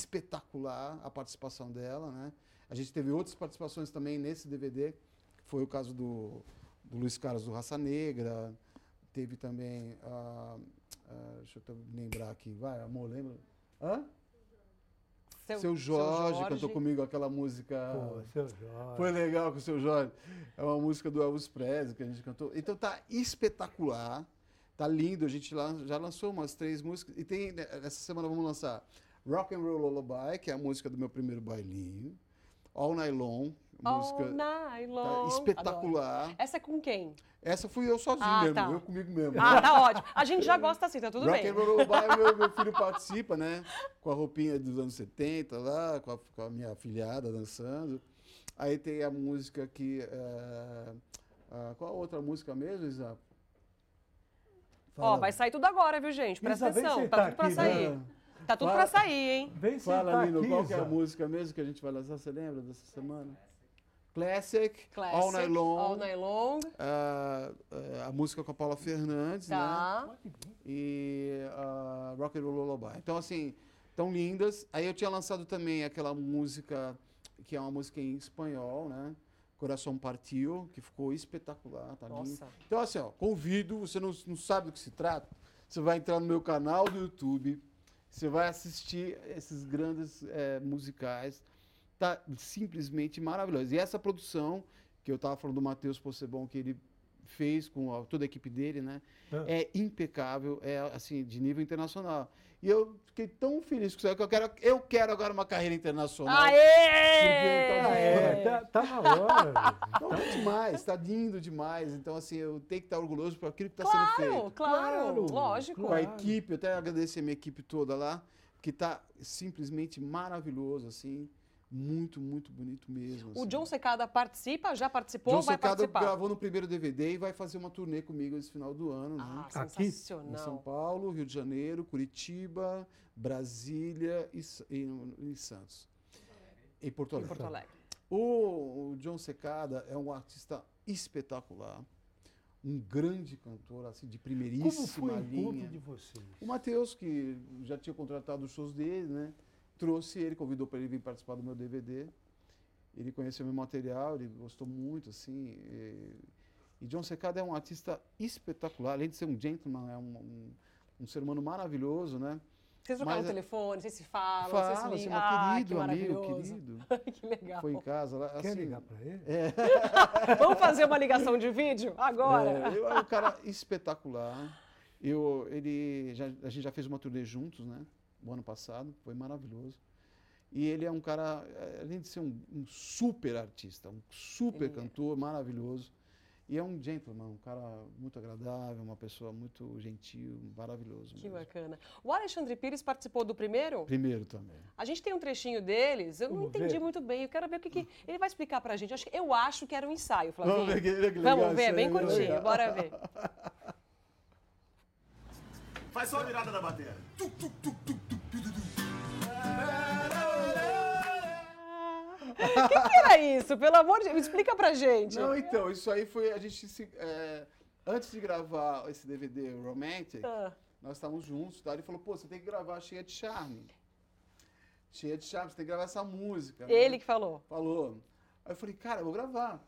I: espetacular a participação dela, né? A gente teve outras participações também nesse DVD, que foi o caso do, do Luiz Carlos do Raça Negra, teve também, ah, ah, deixa eu te- lembrar aqui, vai, amor, lembra? Hã? Seu, Jorge, cantou comigo aquela música...
A: Pô, seu Jorge.
I: Foi legal com o seu Jorge. É uma música do Elvis Presley que a gente cantou. Então tá espetacular, tá lindo. A gente lan- já lançou umas três músicas. E tem, né, essa semana vamos lançar Rock and Roll Lullaby, que é a música do meu primeiro bailinho. All Nylon, música
B: All night
I: tá,
B: long.
I: espetacular.
B: Adoro. Essa é com quem?
I: Essa fui eu sozinho
B: Ah,
I: mesmo,
B: tá.
I: eu comigo mesmo.
B: Ah, tá ótimo. A gente já gosta assim, tá tudo
I: Rock
B: bem.
I: and Roll Lullaby, meu, meu filho participa, né? Com a roupinha dos anos 70 lá, com a, com a minha afilhada dançando. Aí tem a música que... eh, ah, qual a outra música mesmo, Isa?
B: Ó, vai sair tudo agora, viu, gente? Presta
A: Isa, vem
B: atenção.
A: sentar
B: Tá tudo pra
A: aqui,
B: sair.
I: né?
B: Tá tudo
I: Fala.
B: pra sair, hein?
A: Vem
I: Fala,
A: sentar
I: Lino,
A: Tá aqui,
I: qual que é a
A: Isa.
I: música mesmo que a gente vai lançar? Você lembra dessa semana? Classic,
B: Classic.
I: All Night Long,
B: All Night Long.
I: ah, ah, a música com a Paula Fernandes, né?
B: Tá.
I: e a Rock and Roll Lullaby. Então, assim, tão lindas. Aí eu tinha lançado também aquela música, que é uma música em espanhol, né? Coração Partiu, que ficou espetacular, tá lindo.
B: Nossa.
I: Então, assim, ó, convido, você não, não sabe do que se trata, você vai entrar no meu canal do YouTube, você vai assistir esses grandes eh, musicais. Tá simplesmente maravilhoso. E essa produção, que eu tava falando do Matheus Possebon, que ele fez com a- toda a equipe dele, né?
A: Ah.
I: É impecável, é assim, de nível internacional. E eu fiquei tão feliz com isso, aí, que eu quero, eu quero agora uma carreira internacional.
B: Ah, é?
I: Então,
B: Aê!
I: é,
A: Tá, tá na hora. velho.
I: então, tá demais, tá lindo demais. Então, assim, eu tenho que estar orgulhoso por aquilo que está sendo feito.
B: Claro, claro, lógico.
I: com a equipe, eu até agradecer a minha equipe toda lá, que está simplesmente maravilhoso, assim, muito, muito bonito mesmo.
B: O
I: assim.
B: John Secada participa, já participou,
I: John
B: vai
I: Secada
B: participar.
I: gravou no primeiro DVD e vai fazer uma turnê comigo esse final do ano, né?
B: Ah,
A: Aqui?
I: Em São
B: sensacional.
I: Paulo, Rio de Janeiro, Curitiba, Brasília e, Sa- e, e Santos. Em Porto
B: Em
I: Alegre.
B: Porto Alegre.
I: O, o John Secada é um artista espetacular, um grande cantor, assim, de primeiríssima
A: Como foi o
I: linha.
A: encontro de vocês?
I: O Matheus, que já tinha contratado os shows dele, né? Trouxe ele, convidou para ele vir participar do meu DVD. Ele conheceu meu material, ele gostou muito, assim. E, e John Secada é um artista espetacular, além de ser um gentleman, é um, um- um ser humano maravilhoso, né?
B: Vocês trocaram
I: Mas
B: o
I: é-
B: telefone, vocês se falam, vocês se
I: Fala, assim,
B: ligam.
I: meu
B: ah, que
I: querido amigo,
B: maravilhoso.
I: querido.
B: que legal.
I: Foi em casa lá.
A: Quer
I: assim,
A: ligar para ele?
B: Vamos fazer uma ligação de vídeo agora?
I: É, eu era um cara espetacular. Eu, ele, já- a gente já fez uma turnê juntos, né? O ano passado, foi maravilhoso. E ele é um cara, eh, além de ser um, um super artista, um super
B: é.
I: cantor maravilhoso. E é um gentleman, um cara muito agradável, uma pessoa muito gentil, maravilhoso.
B: Que
I: mesmo.
B: bacana. O Alexandre Pires participou do primeiro?
I: Primeiro também.
B: A gente tem um trechinho deles, eu não
A: Vamos
B: entendi
A: ver?
B: muito bem. Eu quero ver o que, que ele vai explicar pra gente. Eu acho, eu acho que era um ensaio, Flavinho.
I: Vamos ver, que- que legal
B: Vamos ver,
I: isso aí,
B: bem
I: né?
B: curtinho,
I: Legal.
B: bora ver.
J: Faz só a virada da bateria. Tu, tu, tu, tu, tu, tu, tu, tu.
B: O que, que era isso? Pelo amor de Deus, explica pra gente.
I: Não, então, isso aí foi. A gente se. eh, antes de gravar esse DVD Romantic,
B: Ah,
I: nós estávamos juntos, tá? ele falou, pô, você tem que gravar Cheia de Charme. Cheia de Charme, você tem que gravar essa música. né?
B: ele que falou.
I: Falou. Aí eu falei, cara, eu vou gravar.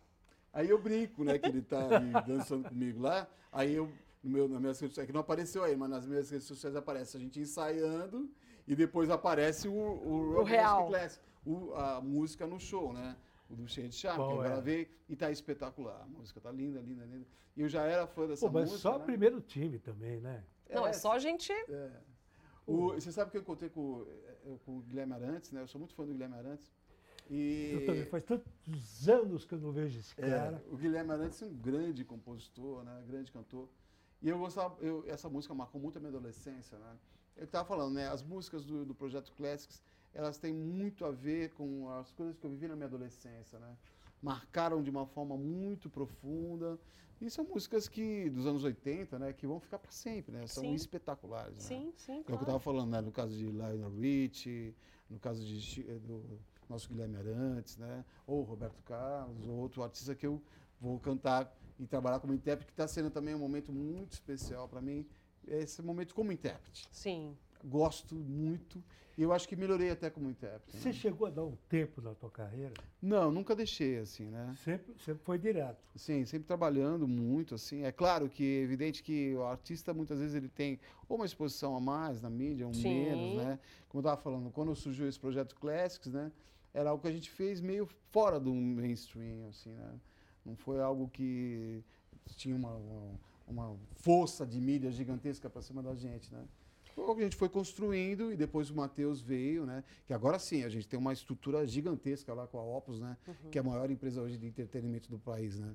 I: Aí eu brinco, né, que ele tá ali dançando comigo lá. Aí eu, no meu, nas minhas redes sociais, que não apareceu aí, mas nas minhas redes sociais aparece a gente ensaiando e depois aparece o, o, Rock
B: real.
I: Music Classic, o- a música no show, né? O do Cheia de Charme, que
A: Bom,
I: eu
A: é.
I: gravei e tá espetacular. A música tá linda, linda, linda. E eu já era fã dessa
A: Pô, mas
I: música.
A: só
I: né?
A: primeiro time também, né?
B: Não, é só a gente.
I: O- você sabe que eu encontrei com, eu- com o Guilherme Arantes, né? Eu sou muito fã do Guilherme Arantes. E
A: Eu também, faz tantos anos que eu não vejo esse
I: é,
A: cara.
I: o Guilherme Arantes é um grande compositor, né? Grande cantor. E eu gostava, eu- essa música marcou muito a minha adolescência, né? Eu estava falando, né? As músicas do, do Projeto Classics, elas têm muito a ver com as coisas que eu vivi na minha adolescência, né? Marcaram de uma forma muito profunda. E são músicas que dos anos 80, né? Que vão ficar para sempre, né? São
B: Sim.
I: espetaculares, né?
B: Sim, sim,
I: É o que eu
B: claro.
I: estava falando, né? No caso de Lionel Richie, no caso de, Chi- eh, do nosso Guilherme Arantes, né? Ou Roberto Carlos, ou outro artista que eu vou cantar e trabalhar como intérprete, que está sendo também um momento muito especial para mim, É esse momento como intérprete.
B: Sim.
I: Gosto muito e eu acho que melhorei até como intérprete.
A: Você
I: Né?
A: chegou a dar um tempo na tua carreira?
I: Não, nunca deixei assim, né?
A: Sempre, sempre foi direto.
I: Sim, sempre trabalhando muito, assim. É claro que é evidente que o artista muitas vezes ele tem ou uma exposição a mais na mídia, ou
B: Sim.
I: menos, né? Como eu estava falando, quando surgiu esse projeto Classics, né? Era algo que a gente fez meio fora do mainstream, assim, né? Não foi algo que tinha uma, uma, uma força de mídia gigantesca para cima da gente, né? Foi algo que a gente foi construindo e depois o Matheus veio, né? Que agora sim, a gente tem uma estrutura gigantesca lá com a Opus, né? Que é a maior empresa hoje de entretenimento do país, né?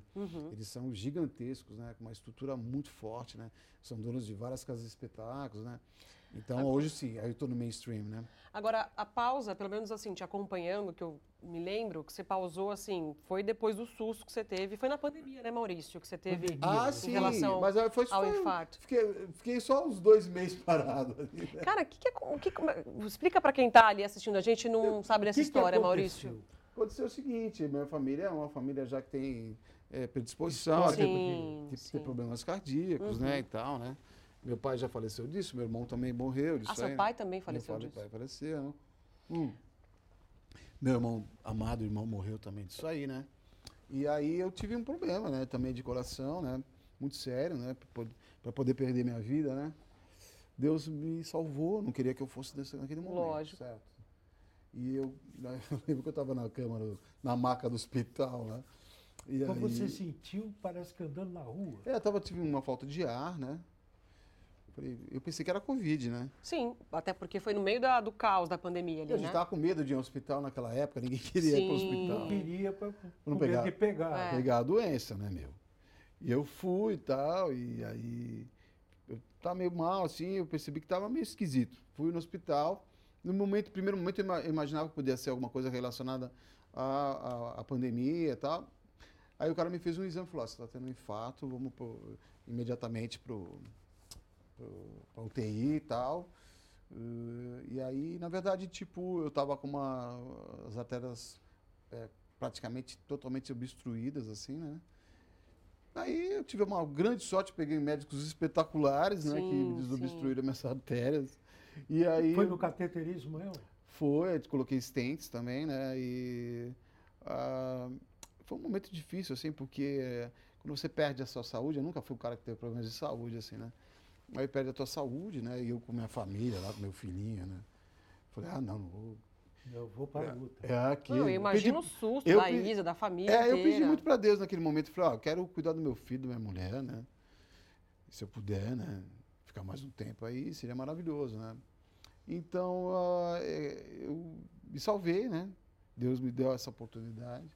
I: Eles são gigantescos, né? Com uma estrutura muito forte, né? São donos de várias casas de espetáculos, né? Então, hoje sim, aí eu tô no mainstream, né?
B: Agora, a pausa, pelo menos assim, te acompanhando, que eu me lembro que você pausou assim, foi depois do susto que você teve. Foi na pandemia, né, Maurício? Que você teve em relação.
I: Ah, mas aí foi,
B: ao
I: foi- um
B: infarto.
I: Fiquei, fiquei só uns dois meses parado ali, né?
B: Cara, que que é- o que, como é- explica pra quem tá ali assistindo a gente e não sabe dessa
A: que que
B: história,
A: aconteceu?
B: Maurício.
I: Aconteceu o seguinte, minha família é uma família já que tem eh, predisposição a ter,
B: Sim,
I: tipo, ter- ter
B: sim.
I: problemas cardíacos, né, e tal, né? Meu pai já faleceu disso, meu irmão também morreu disso
B: Ah, seu
I: aí,
B: pai
I: né?
B: também faleceu
I: Meu
B: disso.
I: pai faleceu, né? Hum. Meu irmão, amado irmão, morreu também disso aí, né? E aí eu tive um problema, né, também de coração, né? Muito sério, né? Para poder perder minha vida, né? Deus me salvou, não queria que eu fosse desse, naquele momento.
B: Lógico.
I: Certo. E eu, eu lembro que eu estava na cama, no- na maca do hospital, né? E
A: Então
I: aí,
A: você sentiu, parece que andando na rua.
B: Então,
I: É, eu tava, tive uma falta de ar, né? Falei, Eu pensei que era Covid, né?
B: Sim, até porque foi no meio da- do caos da pandemia ali,
I: a gente
B: né?
I: tava com medo de ir ao hospital naquela época, ninguém queria ir para o
B: Sim.
I: hospital.
A: Eu queria pra, com medo
I: pegar.
A: de pegar.
B: É.
I: pegar a doença, né, meu? E eu fui e tal, e aí eu tava meio mal, assim, eu percebi que tava meio esquisito. Fui no hospital, no momento, primeiro momento eu ima- eu imaginava que podia ser alguma coisa relacionada à, à, à pandemia e tal. Aí o cara me fez um exame e falou, "Ó, você tá tendo um infarto, vamos pro- imediatamente pro, pro, pra UTI e tal. Eh, e aí, na verdade, tipo, eu tava com uma, as artérias eh, praticamente totalmente obstruídas, assim, né? Aí eu tive uma grande sorte, peguei médicos espetaculares, né? Que
B: Sim,
I: me desobstruíram minhas artérias. E aí...
A: Foi no cateterismo mesmo?
I: Foi, eu coloquei stents também, né? E ah, foi um momento difícil, assim, porque eh, quando você perde a sua saúde, eu nunca fui um cara que teve problemas de saúde, assim, né? Aí perde a tua saúde, né? E eu com minha família lá, com meu filhinho, né? Falei, ah, não, não vou.
A: Eu vou para a luta.
I: É aqui.
B: Não, eu imagino o
I: pedi-
B: susto
I: eu
B: da
I: pedi-
B: Isa, da família
I: É, eu pedi
B: inteira.
I: muito pra Deus naquele momento. Falei, ó, eu quero cuidar do meu filho, da minha mulher, né? Se eu puder, né? Ficar mais um tempo aí, seria maravilhoso, né? Então, ah, é, eu me salvei, né? Deus me deu essa oportunidade.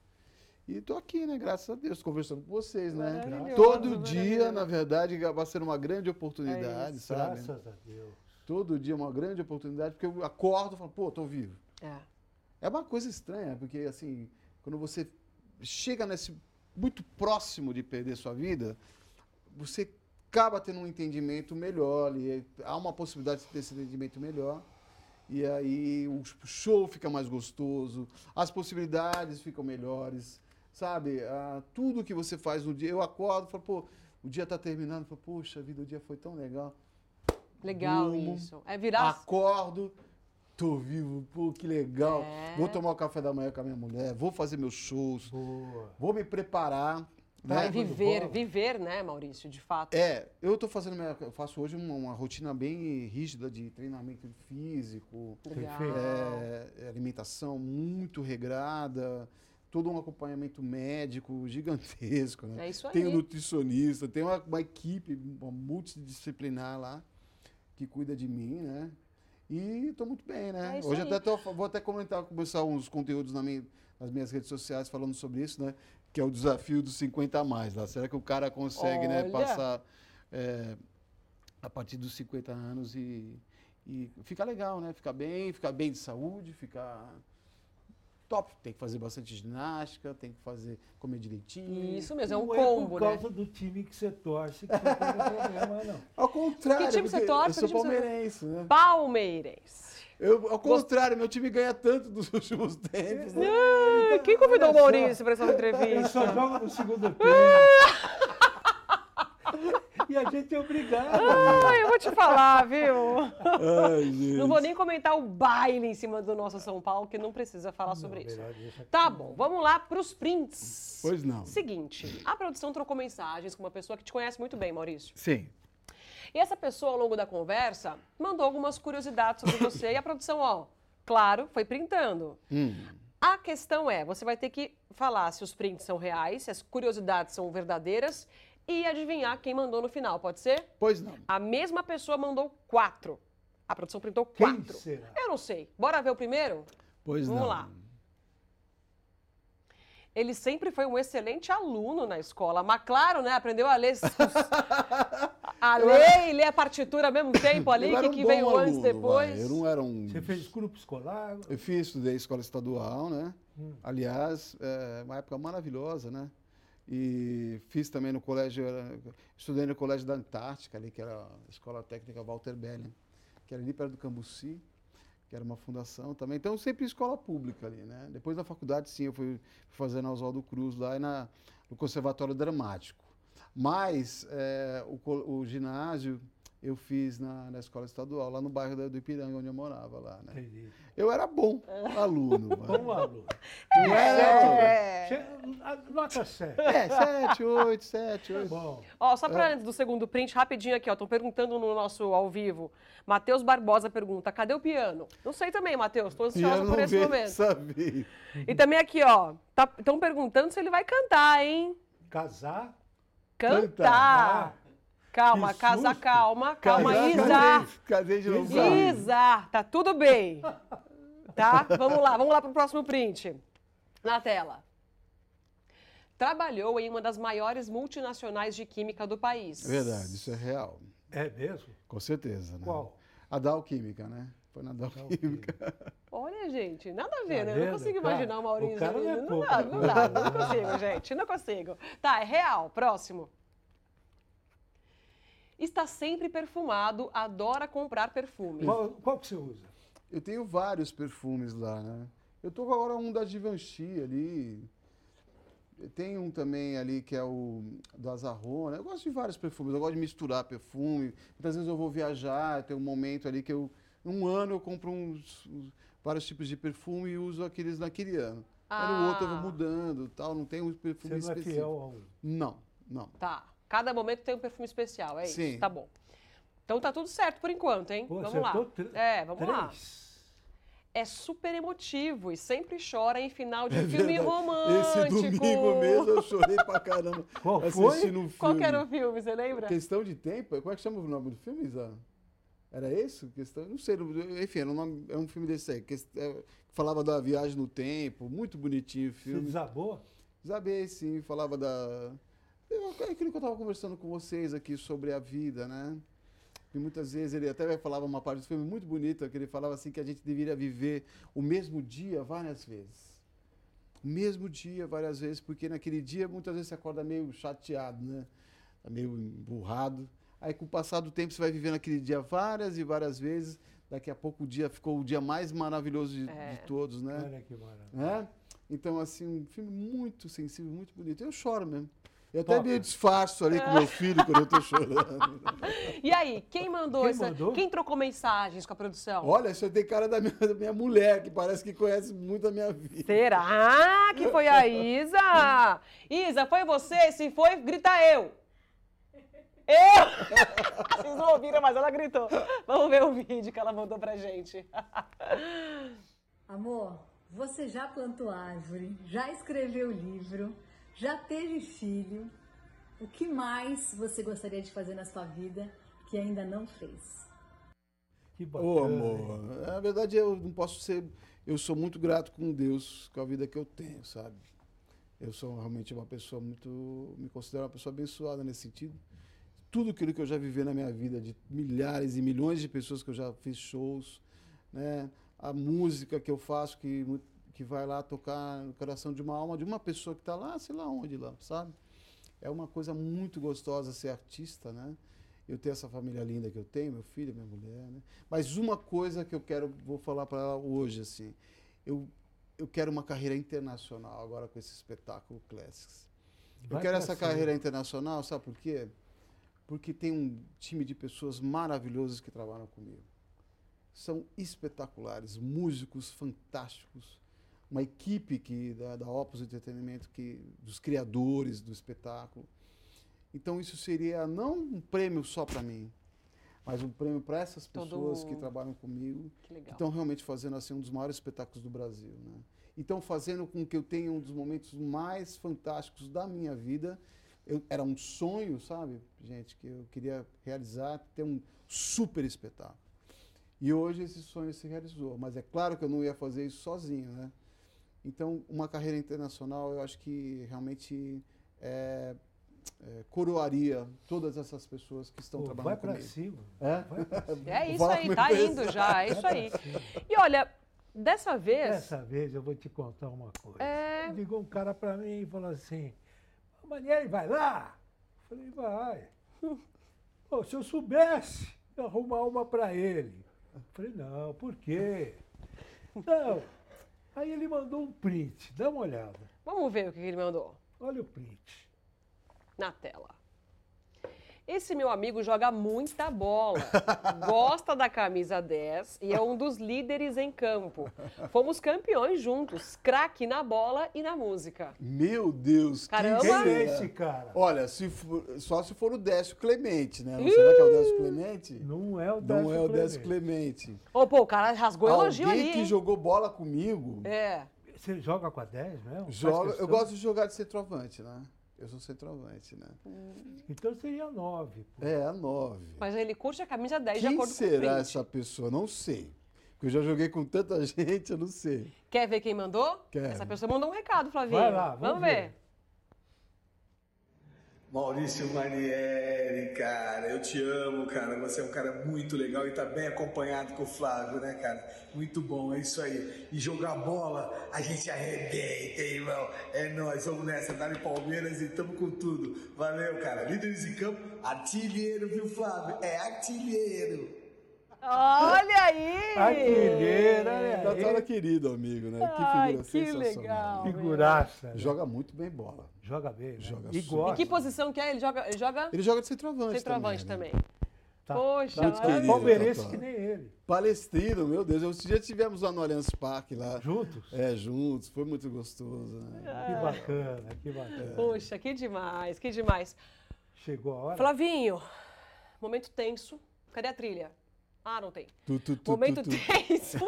I: E tô aqui, né? Graças a Deus, conversando com vocês, né?
B: Maravilhoso, É
I: Todo dia,
B: maravilhoso.
I: na verdade, vai ser uma grande oportunidade, sabe?
A: Graças a Deus.
I: Todo dia é uma grande oportunidade, porque eu acordo e falo, pô, tô vivo.
B: É.
I: É uma coisa estranha, porque assim, quando você chega nesse muito próximo de perder sua vida, você acaba tendo um entendimento melhor, e é, há uma possibilidade de ter esse entendimento melhor. E aí o show fica mais gostoso, as possibilidades ficam melhores, sabe? Ah, tudo que você faz no dia, eu acordo, falo, pô, o dia tá terminando, falo, poxa vida, o dia foi tão legal.
B: Legal
I: Durmo,
B: isso. É virar...
I: Ah, Acordo, tô vivo, pô, que legal.
B: É.
I: Vou tomar o café da manhã com a minha mulher, vou fazer meus shows,
A: Boa.
I: vou me preparar.
B: Vai
I: né?
B: viver,
A: bola.
B: viver, né, Maurício, de fato.
I: É, eu tô fazendo minha, eu faço hoje uma, uma rotina bem rígida de treinamento físico,
B: Legal.
I: é, alimentação muito regrada, todo um acompanhamento médico gigantesco, né?
B: É isso aí.
I: Tem um nutricionista, tem uma, uma equipe uma multidisciplinar lá que cuida de mim, né? E tô muito bem, né?
B: É isso
I: Hoje
B: aí.
I: até tô- vou até comentar, começar uns conteúdos na minha- nas minhas redes sociais falando sobre isso, né? Que é o desafio dos 50 a mais lá. Será que o cara consegue, né,
B: Olha.
I: passar é, a partir dos 50 anos e, e ficar legal, né? Ficar bem, ficar bem de saúde, ficar top. Tem que fazer bastante ginástica, tem que fazer comer direitinho.
B: Isso mesmo, é um
A: não é
B: combo,
A: por
B: né?
A: causa do time que você torce que você tem problema, não.
I: Ao contrário,
B: Que time você
I: porque
B: torce? Que
I: eu sou
B: time você-
I: palmeirense, né?
B: Palmeirense.
I: Eu, ao contrário, meu time ganha tanto nos últimos tempos. né?
B: Ah, Quem convidou o
A: olha só.
B: Maurício para essa
A: Ele
B: entrevista?
A: só joga no segundo tempo. e a gente é obrigado.
B: Ai, Ah, eu vou te falar, viu?
I: Ai, gente.
B: Não vou nem comentar o baile em cima do nosso São Paulo, que não precisa falar sobre isso.
A: Melhor deixa
B: Tá bom, vamos lá pros prints.
I: Pois não.
B: Seguinte, a produção trocou mensagens com uma pessoa que te conhece muito bem, Maurício.
I: Sim.
B: E essa pessoa, ao longo da conversa, mandou algumas curiosidades sobre você e a produção, ó, claro, foi printando.
I: Hum.
B: A questão é, você vai ter que falar se os prints são reais, se as curiosidades são verdadeiras e adivinhar quem mandou no final, pode ser?
I: Pois não.
B: A mesma pessoa mandou quatro. A produção printou
A: Quem
B: quatro.
A: será?
B: Eu não sei. Bora ver o primeiro?
I: Pois
B: Vamos
I: não.
B: lá. Ele sempre foi um excelente aluno na escola, mas claro, né? Aprendeu a ler, os- a ler e ler a partitura ao mesmo tempo ali,
I: eu
B: o que,
I: era um
B: que
I: bom
B: veio
I: aluno,
B: antes,
I: vai.
B: depois.
I: Eu não era um.
A: Você fez grupo escolar?
I: Eu fiz, estudei escola estadual, né? Aliás, é uma época maravilhosa, né? E fiz também no colégio, era- estudei no colégio da Antártica, ali, que era a Escola Técnica Walter Belli, que era ali perto do Cambuci, que era uma fundação também. Então, sempre escola pública ali, né? Depois da faculdade, sim, eu fui fazer na Oswaldo Cruz, lá e na, no Conservatório Dramático. Mas é, o, col- o ginásio eu fiz na, na escola estadual, lá no bairro da- do Ipiranga, onde eu morava lá, né?
A: Entendi.
I: Eu era bom aluno. mano.
A: Bom aluno.
I: Não era-
B: É.
A: Che- é, a- Nota 7.
I: É, 7, 8, 7,
A: Tá
I: 8.
A: bom.
B: Ó, só para antes do segundo print, rapidinho aqui, ó. Estão perguntando no nosso ao vivo. Matheus Barbosa pergunta: cadê o piano? Não sei também, Matheus. Tô
I: E eu
B: ansiosa
I: não
B: por esse
I: vejo
B: momento.
I: essa vida.
B: E também aqui, ó. Estão perguntando se ele vai cantar, hein?
A: Casar?
B: Cantar! Calma,
A: Que
B: casa,
A: susto.
B: calma, calma,
I: Casar,
B: Isa!
I: casei- Casei de novo.
B: Isa, tá tudo bem. Tá? Vamos lá, vamos lá pro próximo print. Na tela. Trabalhou em uma das maiores multinacionais de química do país.
I: É Verdade, isso é real.
A: É mesmo?
I: Com certeza, né?
A: Qual?
I: A Dow Química, né? Foi na Dow Química.
B: Olha, gente, nada a
A: Tá
B: ver, né? Eu
A: vendo,
B: não consigo
A: cara?
B: imaginar o Maurício.
A: O cara não é
B: não
A: pouca
B: dá, não dá, não consigo, gente, não consigo. Tá, é real, próximo. Está sempre perfumado, adora comprar perfume.
A: Qual, qual que você usa?
I: Eu tenho vários perfumes lá, né? Eu tô com agora um da Givenchy ali. Tem um também ali que é o do Azarro, né? Eu gosto de vários perfumes, eu gosto de misturar perfume. Muitas vezes eu vou viajar, tem um momento ali que eu. Um ano eu compro uns, uns- vários tipos de perfume e uso aqueles naquele ano. Era o outro, eu
B: Ah.
I: vou mudando tal, não tem um perfume
A: Você não é
I: específico.
A: fiel a um.
I: Não, não.
B: Tá. Cada momento tem um perfume especial, é isso?
I: Sim.
B: Tá bom. Então tá tudo certo por enquanto, hein?
A: Pô,
B: vamos lá.
A: acertou tre-
B: É, vamos lá.
A: Três.
B: É super emotivo e sempre chora em final de
I: É
B: filme
I: verdade.
B: romântico.
I: Esse domingo mesmo eu chorei pra caramba
A: Qual foi?
I: assistindo um filme.
B: Qual que era o filme, você lembra?
I: Questão de tempo? Como é que chama o nome do filme, Isa? Era isso? Questão... Não sei, não- enfim, era um, nome- é um filme desse aí. que- é, falava da viagem no tempo, muito bonitinho o
A: Você
I: filme.
A: desabou?
I: Zabei, sim, falava da. É aquilo que eu estava conversando com vocês aqui sobre a vida, né? E muitas vezes ele até falava uma parte do filme muito bonita, que ele falava assim que a gente deveria viver o mesmo dia várias vezes. O mesmo dia várias vezes, porque naquele dia muitas vezes você acorda meio chateado, né? Tá meio emburrado. Aí com o passar do tempo você vai vivendo aquele dia várias e várias vezes. Daqui a pouco o dia ficou o dia mais maravilhoso de, de todos, né?
A: Olha que maravilha.
I: né? Então, assim, um filme muito sensível, muito bonito. Eu choro mesmo. Eu até
A: Top.
I: me disfarço ali com meu filho quando eu tô chorando.
B: E aí, quem mandou
A: Quem
B: essa.
A: mandou?
B: Quem trocou mensagens com a produção?
I: Olha, isso aí tem cara da minha, da minha mulher, que parece que conhece muito a minha vida.
B: Será que foi a Isa? Isa, foi você? Se foi, grita eu. Eu! Vocês não ouviram, mas ela gritou. Vamos ver o vídeo que ela mandou pra gente.
K: Amor, você já plantou árvore, já escreveu livro, já teve filho. O que mais você gostaria de fazer na sua vida que ainda não fez?
A: Que
I: Ô,
A: bacana.
I: amor, na verdade eu não posso ser. Eu sou muito grato com Deus, com a vida que eu tenho, sabe? Eu sou realmente uma pessoa muito. Me considero uma pessoa abençoada nesse sentido. Tudo aquilo que eu já vivi na minha vida, de milhares e milhões de pessoas que eu já fiz shows, né? A música que eu faço, que, mu- que vai lá tocar no coração de uma alma, de uma pessoa que está lá, sei lá onde lá, sabe? É uma coisa muito gostosa ser artista, né? Eu ter essa família linda que eu tenho, meu filho, minha mulher, né? Mas uma coisa que eu quero, vou falar para ela hoje, assim, eu, eu quero uma carreira internacional agora com esse espetáculo Classics.
A: Vai
I: eu quero
A: pra
I: essa
A: cima.
I: carreira internacional, sabe por quê? Porque tem um time de pessoas maravilhosas que trabalham comigo. São espetaculares, músicos fantásticos, uma equipe que, da, da Opus Entretenimento, que, dos criadores do espetáculo. Então isso seria não um prêmio só para mim, mas um prêmio para essas
B: Todo
I: pessoas que
B: mundo.
I: trabalham comigo
B: Que legal.
I: estão realmente fazendo assim um dos maiores espetáculos do Brasil, né? E Estão fazendo com que eu tenha um dos momentos mais fantásticos da minha vida. Eu- era um sonho, sabe, gente, que eu queria realizar, ter um super espetáculo. E hoje esse sonho se realizou, mas é claro que eu não ia fazer isso sozinho, né? Então, uma carreira internacional, eu acho que realmente é, é, coroaria todas essas pessoas que estão
A: Pô, vai
I: trabalhando
A: pra
I: comigo.
A: cima.
I: É?
A: Vai pra cima.
B: É isso
I: Fala
B: aí,
I: comigo
B: tá
I: mesmo.
B: indo já, é isso aí. E olha, dessa vez.
A: Dessa vez eu vou te contar uma coisa.
B: É.
A: Ligou um cara pra mim e falou assim: Manieri, vai lá! Eu falei: vai. Pô, se eu soubesse eu arrumar uma pra ele. Eu falei: não, por quê? Não. Aí ele mandou um print, dá uma olhada.
B: Vamos ver o que ele mandou
A: Olha o print.
B: na tela. Esse meu amigo joga muita bola, gosta da camisa 10 e é um dos líderes em campo. Fomos campeões juntos, craque na bola e na música.
I: Meu Deus,
B: Caramba.
I: quem
A: Quem é
I: será?
A: esse cara?
I: Olha, se for- só se for o Décio Clemente, né? Não Será que é o Décio Clemente?
A: Não é o
I: Não é o Décio
A: Décio Clemente.
I: Clemente.
B: Ô, pô, o cara rasgou elogio
I: Alguém
B: ali.
I: que
B: hein?
I: jogou bola comigo,
B: É.
A: Você joga com a 10 mesmo? Faz
I: joga.
A: questão?
I: Eu gosto de jogar de centroavante, né? Eu sou centroavante, né?
A: Então seria 9. Pô.
I: É, a nove.
B: Mas ele curte a camisa 10 de
I: Quem
B: acordo com o
I: será
B: print.
I: essa pessoa? Não sei. Porque eu já joguei com tanta gente, eu não sei.
B: Quer ver quem mandou?
I: Quero.
B: Essa pessoa mandou um recado, Flavinho.
A: Vai lá, vamos
B: ver.
A: ver.
J: Maurício Manieri, cara, eu te amo, cara. Você é um cara muito legal e tá bem acompanhado com o Flávio, né, cara? Muito bom, é isso aí. E jogar bola, a gente arrebenta, irmão. É nóis, vamos nessa, Dali Palmeiras e tamo com tudo. Valeu, cara. Líderes em campo, artilheiro, viu, Flávio? É artilheiro.
B: Olha aí!
A: Artilheiro, olha aí.
I: Tatara Tá querido, amigo, né? Que
B: É, Ai,
I: figura
B: que legal.
I: sensacional.
A: Figuraça. né?
I: Joga muito bem bola.
A: Joga bem, né?
I: Joga
A: E
I: super.
A: gosta.
B: assim, E que posição que é? Ele joga, ele joga
I: Ele joga de centroavante.
B: centroavante
I: também. né?
B: também.
A: Tá.
B: Poxa,
A: Muito
B: maravilha.
A: Palmeirense que nem ele.
I: Palestrino, meu Deus. Esse dia tivemos lá no Allianz Parque lá.
A: Juntos?
I: É, juntos. Foi muito gostoso. Né?
A: Que bacana, que bacana.
B: Poxa, que demais, que demais.
A: Chegou a hora.
B: Flavinho, momento tenso. Cadê a trilha? Ah, não tem.
I: Tu, tu, tu,
B: Momento
I: tu, tu.
B: tenso.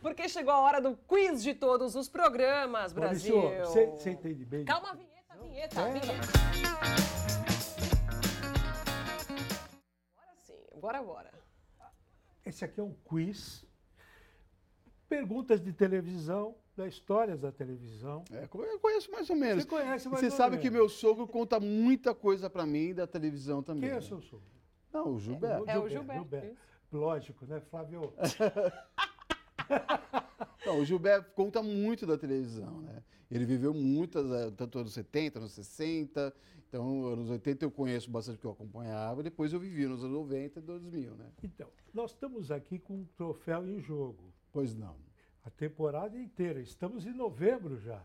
B: Porque chegou a hora do quiz de todos os programas, Brasil.
A: Maurício, você, você entende bem.
B: Calma, a vinheta, a vinheta,
I: É?
B: a vinheta. Agora sim, agora, agora.
A: Esse aqui é um quiz. Perguntas de televisão, da história da televisão.
I: É, co- eu conheço mais ou menos.
A: Você conhece, mais
I: Você
A: ou
I: sabe
A: menos.
I: que meu sogro conta muita coisa pra mim da televisão também.
A: Quem é
I: né?
A: seu sogro?
I: Não, o Gilberto.
B: É o Gilberto,
A: Lógico, né, Flávio? É,
I: Não, o Gilberto conta muito da televisão, né? Ele viveu muitas, eh, tanto anos 70, anos 60. Então, anos 80 eu conheço bastante porque eu acompanhava. Depois eu vivi nos anos 90 e 2000, né?
A: Então, nós estamos aqui com um troféu em jogo.
I: Pois não.
A: A temporada inteira. Estamos em novembro já.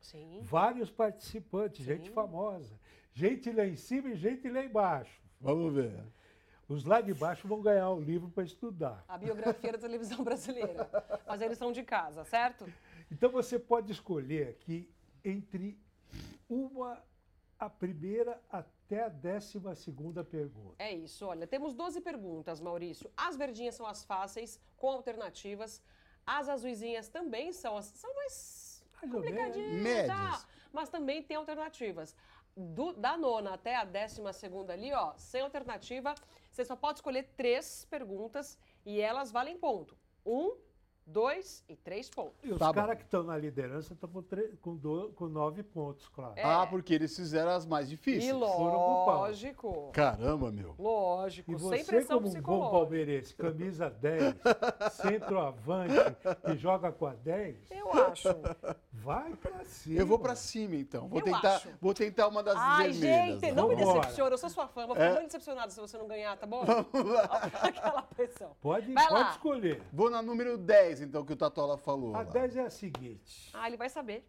B: Sim.
A: Vários participantes, gente famosa. Gente lá em cima e gente lá embaixo.
I: Vamos ver.
A: Os lá de baixo vão ganhar o livro para estudar.
B: A biografia da televisão brasileira. Mas eles são de casa, certo?
A: Então você pode escolher aqui entre uma, a primeira até a décima segunda pergunta.
B: É isso, olha, temos 12 perguntas, Maurício. As verdinhas são as fáceis, com alternativas. As azuisinhas também são as são mais
A: Mais ou menos.
B: complicadinhas,
I: Médias.
B: tá? mas também tem alternativas. Do- da nona até a décima segunda ali, ó, sem alternativa, você só pode escolher três perguntas e elas valem ponto. Um, dois e três pontos.
A: E os
I: Tá bom.
A: caras que estão na liderança estão com, tre- com, do- com nove pontos, claro.
B: É.
I: Ah, porque eles fizeram as mais
B: E
I: difíceis.
A: foram pro pau.
B: lógico,
I: Caramba, meu.
A: E
B: lógico, sem
A: você,
B: pressão
A: como um bom
B: psicológica.
A: palmeirense, camisa 10, centroavante, que joga com a 10,
B: Eu acho.
A: vai pra cima.
I: Eu vou pra cima, então. Vou
B: Hum. Eu
I: tentar,
B: acho.
I: vou tentar uma das
B: Ai,
I: vermelhas.
B: gente, não me
A: Vambora. É.
B: decepciona, eu sou sua fã, vou ficar muito decepcionada se você não ganhar, tá bom? Aquela pressão.
A: Pode,
B: Vai
A: pode
B: lá.
A: escolher.
I: Vou na número 10, então, que o Tatola falou.
A: A
I: lá.
A: 10 é a seguinte.
B: Ah, ele vai saber.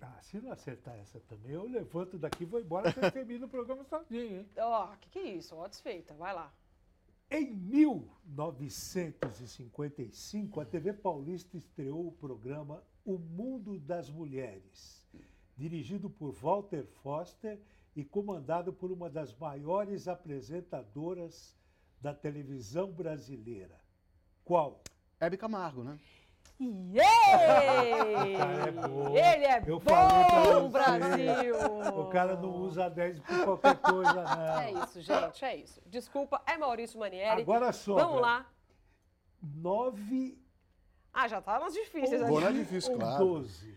A: Ah, se não acertar essa também, eu levanto daqui e vou embora, você termina o programa sozinho, hein?
B: Ó, que que é isso? Ó, desfeita, vai lá.
A: Em 1955, a TV Paulista estreou o programa O Mundo das Mulheres, dirigido por Walter Foster e comandado por uma das maiores apresentadoras da televisão brasileira. Qual?
I: Hebe Camargo, né?
B: Yay!
A: cara é bom.
B: Ele é
A: Eu falei pra você.
B: bom, Brasil!
A: O cara não usa 10 por qualquer coisa, não.
B: Oh. É isso, gente, é isso. Desculpa, é Maurício Manieri.
A: Agora é só.
B: Vamos lá.
A: 9
B: Ah, já tá umas difíceis
I: Bom,
B: ali.
I: né? difícil,
A: ou
I: claro.
A: 12?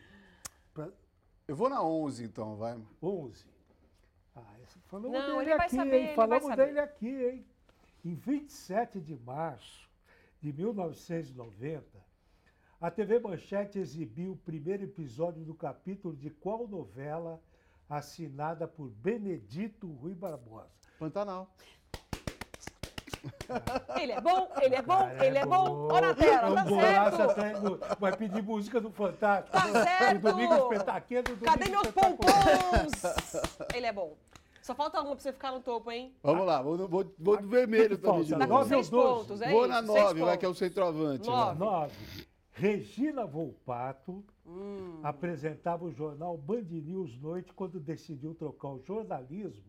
A: Pra-
I: Eu vou na 11, então, vai.
A: 11. Ah, esse- falamos
B: Não,
A: dele
B: ele vai
A: aqui,
B: saber,
A: hein?
B: ele vai
A: falamos
B: saber.
A: dele aqui, hein? Em 27 de março de 1990, a TV Manchete exibiu o primeiro episódio do capítulo de qual novela assinada por Benedito Rui Barbosa?
I: Pantanal.
B: Ele é bom, ele é bom,
A: Cara,
B: ele é bom. Ó na
A: É
B: tela,
A: um
B: tá
A: golaço
B: certo.
A: atrás do- Vai pedir música do Fantástico.
B: Tá certo.
A: O Domingos Petaqueiro. do
B: Cadê
A: Domingos
B: meus
A: Espetacular.
B: pompons? Ele é bom. Só falta uma pra você ficar no topo, hein? Tá
I: Vamos lá, vou, no- vou, vou do vermelho
A: que
I: também. de
A: falta?
I: novo.
A: Nove ou
B: Seis
A: 12.
B: pontos, é
I: vou
B: isso.
I: na
B: seis
I: 9, vai que é o
B: pontos.
I: centroavante.
B: Nove.
I: né?
A: 9. Regina Volpato
B: Hum.
A: apresentava o jornal Band News Noite quando decidiu trocar o jornalismo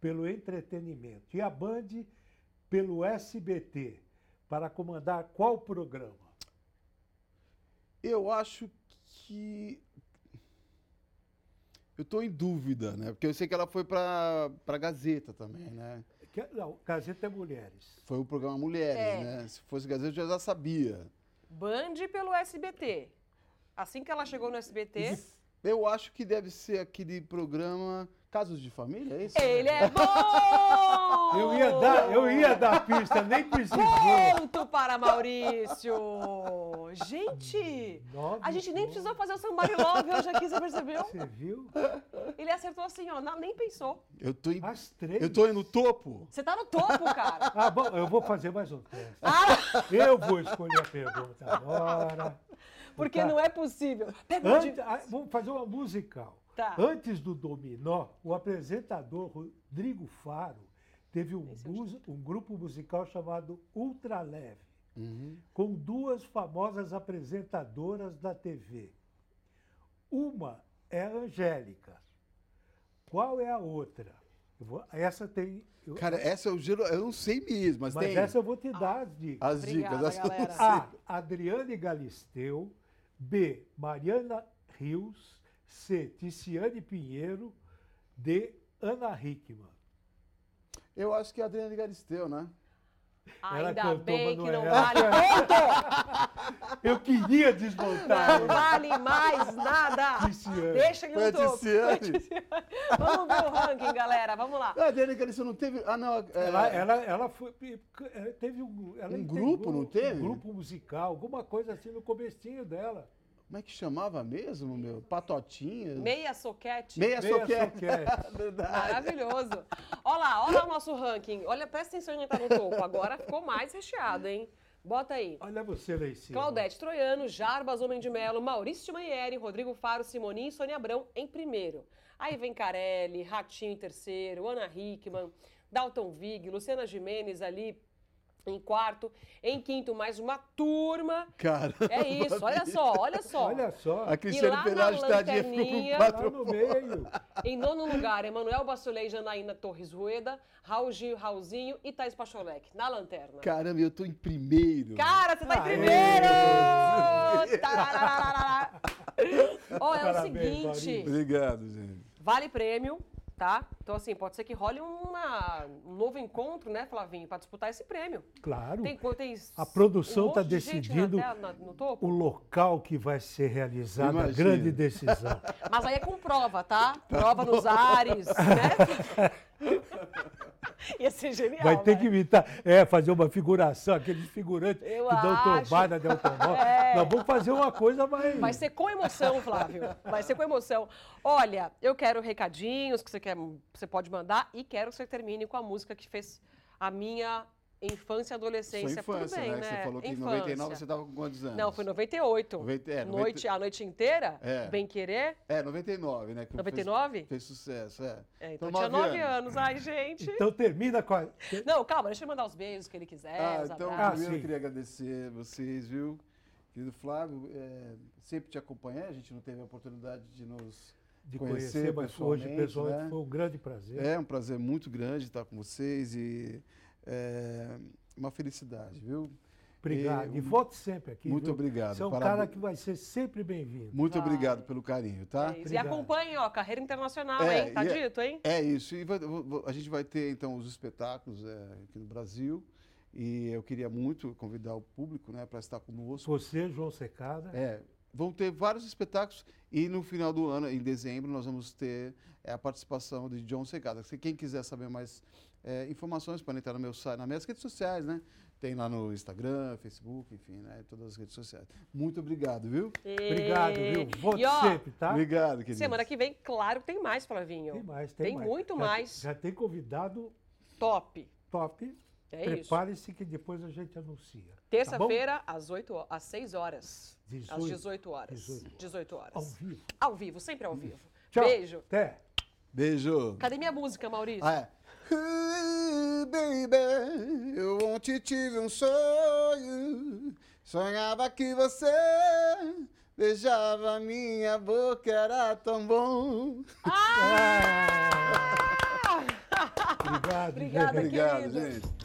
A: pelo entretenimento e a Band pelo SBT para comandar qual programa?
I: Eu acho que. Eu tô em dúvida, né? Porque eu sei que ela foi pra, pra Gazeta também, né?
A: Que- Não, Gazeta é Mulheres.
I: Foi o programa Mulheres,
B: É.
I: né? Se fosse Gazeta, eu já sabia.
B: Band pelo SBT. Assim que ela chegou no SBT,
I: Eu acho que deve ser aquele programa Casos de Família, é isso?
B: ele é bom!
A: Eu ia dar, eu ia dar pista, nem precisou.
B: Ponto para Maurício! Gente!
A: Nove
B: A gente nem
A: pontos.
B: precisou fazer o Somebody Love hoje aqui, você percebeu?
A: Você viu?
B: Ele acertou assim, ó, na- nem pensou.
I: Eu tô em...
A: As três.
I: eu tô no topo?
B: Você tá no topo, cara!
A: Ah, bom, eu vou fazer mais um teste.
B: Ah!
A: Eu vou escolher a pergunta agora.
B: Porque não é possível. Pega o
A: Antes,
B: de...
A: ah, vamos fazer uma musical.
B: Tá.
A: Antes do Dominó, o apresentador Rodrigo Faro teve um, mus- um grupo musical chamado Ultraleve, com duas famosas apresentadoras da TV. Uma é a Angélica. Qual é a outra? Eu vou- essa tem. eu-
I: Cara, essa eu juro, eu não sei mesmo, mas,
A: mas
I: tem.
A: essa eu vou te dar as dicas.
I: As Obrigada, dicas, essa eu não galera. sei.
A: A. Adriane Galisteu. B. Mariana Rios. C. Ticiane Pinheiro. D. Ana Hickman.
I: Eu acho que é a Adriana Galisteu, né?
A: Ela
B: Ainda
A: cantou
B: bem que não
A: Manoel.
B: vale ponto!
A: Eu queria desmontar.
B: Não
A: ela.
B: vale mais nada!
A: Ticiane.
B: Deixa ele
I: Foi a
B: no topo.
I: Ticiane.
B: Vamos ver o ranking, galera. Vamos lá.
I: A Adriana Galisteu não teve. Ah, não. é-
A: Ela, ela, ela foi. ela Teve um. Ela
I: Um
A: integrou
I: grupo, não teve?
A: Um grupo musical, alguma coisa assim no comecinho dela.
I: Como é que chamava mesmo, meu? Patotinha?
B: Meia soquete.
I: Meia
A: Meia
I: soquete.
A: soquete.
I: Verdade.
B: Maravilhoso. Olha lá, olha lá o nosso ranking. Olha, presta atenção em quem tá no topo. Agora ficou mais recheado, hein? Bota aí.
A: Olha você lá em cima.
B: Claudete Troiano, Jarbas Homem de Melo, Maurício de Manieri, Rodrigo Faro, Simoninho e Sônia Abrão em primeiro. Aí vem Carelli, Ratinho em terceiro, Ana Hickman, Dalton Vig, Luciana Jimenez ali em quarto. Em quinto, mais uma turma.
I: Cara.
B: É isso, olha só, olha só.
A: Olha só.
I: A Cristiane tá
B: lá na
I: Penagem tadinha ficou com
B: lanterninha-
A: Lá
I: quatro
A: no
I: pontos.
A: meio.
B: Em nono lugar, Emanuel Bassolei, Janaína Torres Rueda, Raul Gil, Raulzinho e Thaís Pacholek, na lanterna.
I: Caramba, eu tô em primeiro.
B: Cara, você tá em
A: Aê!
B: primeiro! Tararararará. Ó, é o
A: Parabéns,
B: seguinte,
A: Maurício.
I: Obrigado, gente.
B: vale prêmio, tá? Então, assim, pode ser que role uma- um novo encontro, né, Flavinho, pra disputar esse prêmio.
A: Claro.
B: Tem, co- tem
A: A produção
B: um
A: tá
B: monte de gente na
A: decidindo
B: tela, na- no topo,
A: o local que vai ser realizada
I: Imagina.
A: a grande decisão.
B: mas aí é com prova, tá? Prova nos ares, né? Ia ser genial,
A: Vai ter
B: né?
A: que imitar, é, fazer uma figuração, aqueles figurantes
B: Eu
A: que dão
B: acho.
A: tombada, dão tomada.
B: É.
A: Nós vamos fazer uma coisa mais.
B: Vai ser com emoção, Flávio. Vai ser com emoção. Olha, eu quero recadinhos que você quer, você pode mandar e quero que você termine com a música que fez a minha infância e
I: Sua
B: adolescência.
I: infância,
B: Tudo bem,
I: né?
B: né?
I: Que Você falou que
B: Infância.
I: em 99 você tava com quantos anos?
B: Não, foi 98.
I: 90 é, 90
B: noite, a noite inteira?
I: É.
B: Bem querer?
I: É, 99, né? que fez-
B: 99?
I: Fez, sucesso, é.
B: É, então, tinha 9 anos. Ai, gente.
A: Então termina com a.
B: Não, calma, deixa eu mandar os beijos que ele quiser,
I: Ah,
B: os
I: então,
B: abraços.
I: primeiro
A: Ah,
I: eu
A: sim.
I: queria agradecer vocês, viu? Querido Flávio, é, sempre te acompanhei, a gente não teve a oportunidade de nos
A: De
I: conhecer,
A: conhecer, mas hoje,
I: pessoalmente,
A: pessoal,
I: né?
A: foi um grande prazer.
I: É um prazer muito grande estar com vocês e é, uma felicidade, viu?
A: Obrigado.
I: E-
A: E, volte sempre aqui.
I: Muito
A: viu?
I: obrigado,
A: Você é um
I: parabéns.
A: cara que Ah. vai ser sempre bem-vindo.
I: Muito
B: Vai.
I: obrigado pelo carinho, tá?
B: É isso. E
A: Obrigado.
B: acompanhem, ó, carreira internacional,
I: É,
B: hein? Tá
I: e é-
B: dito, hein?
I: É isso. E vai- vo- vo- a gente vai ter então os espetáculos é, aqui no Brasil e eu queria muito convidar o público, né, para estar conosco.
A: Você, João Secada.
I: É, vão ter vários espetáculos e no final do ano, em dezembro, nós vamos ter é, a participação de John Segada. Se quem quiser saber mais é, informações, pode entrar no meu site, nas minhas redes sociais, né? Tem lá no Instagram, Facebook, enfim, né? Todas as redes sociais. Muito obrigado, viu?
A: Obrigado, viu? Volte
B: É. E, ó,
A: sempre, tá?
I: Obrigado, querido.
B: Semana que vem, claro, tem mais, Flavinho.
A: Tem mais, tem,
B: Tem
A: mais.
B: muito
A: Já-
B: mais.
A: Já tem convidado
B: Top.
A: top.
B: É isso.
A: Prepare-se que depois a gente anuncia. tá bom?
B: Terça-feira, às, 8, ho- às 6 horas. Às
A: 18,
B: 18 horas.
A: 18.
B: 18 horas.
A: Ao vivo.
B: Ao vivo, sempre ao vivo.
A: Tchau.
B: Beijo.
A: Até.
I: Beijo.
B: Cadê minha música, Maurício?
I: Ah, é. Ooh, baby, eu ontem tive um sonho. Sonhava que você beijava minha boca, era tão bom.
A: Obrigado, gente.
B: Obrigada,
I: Obrigado,
B: querido.
I: gente.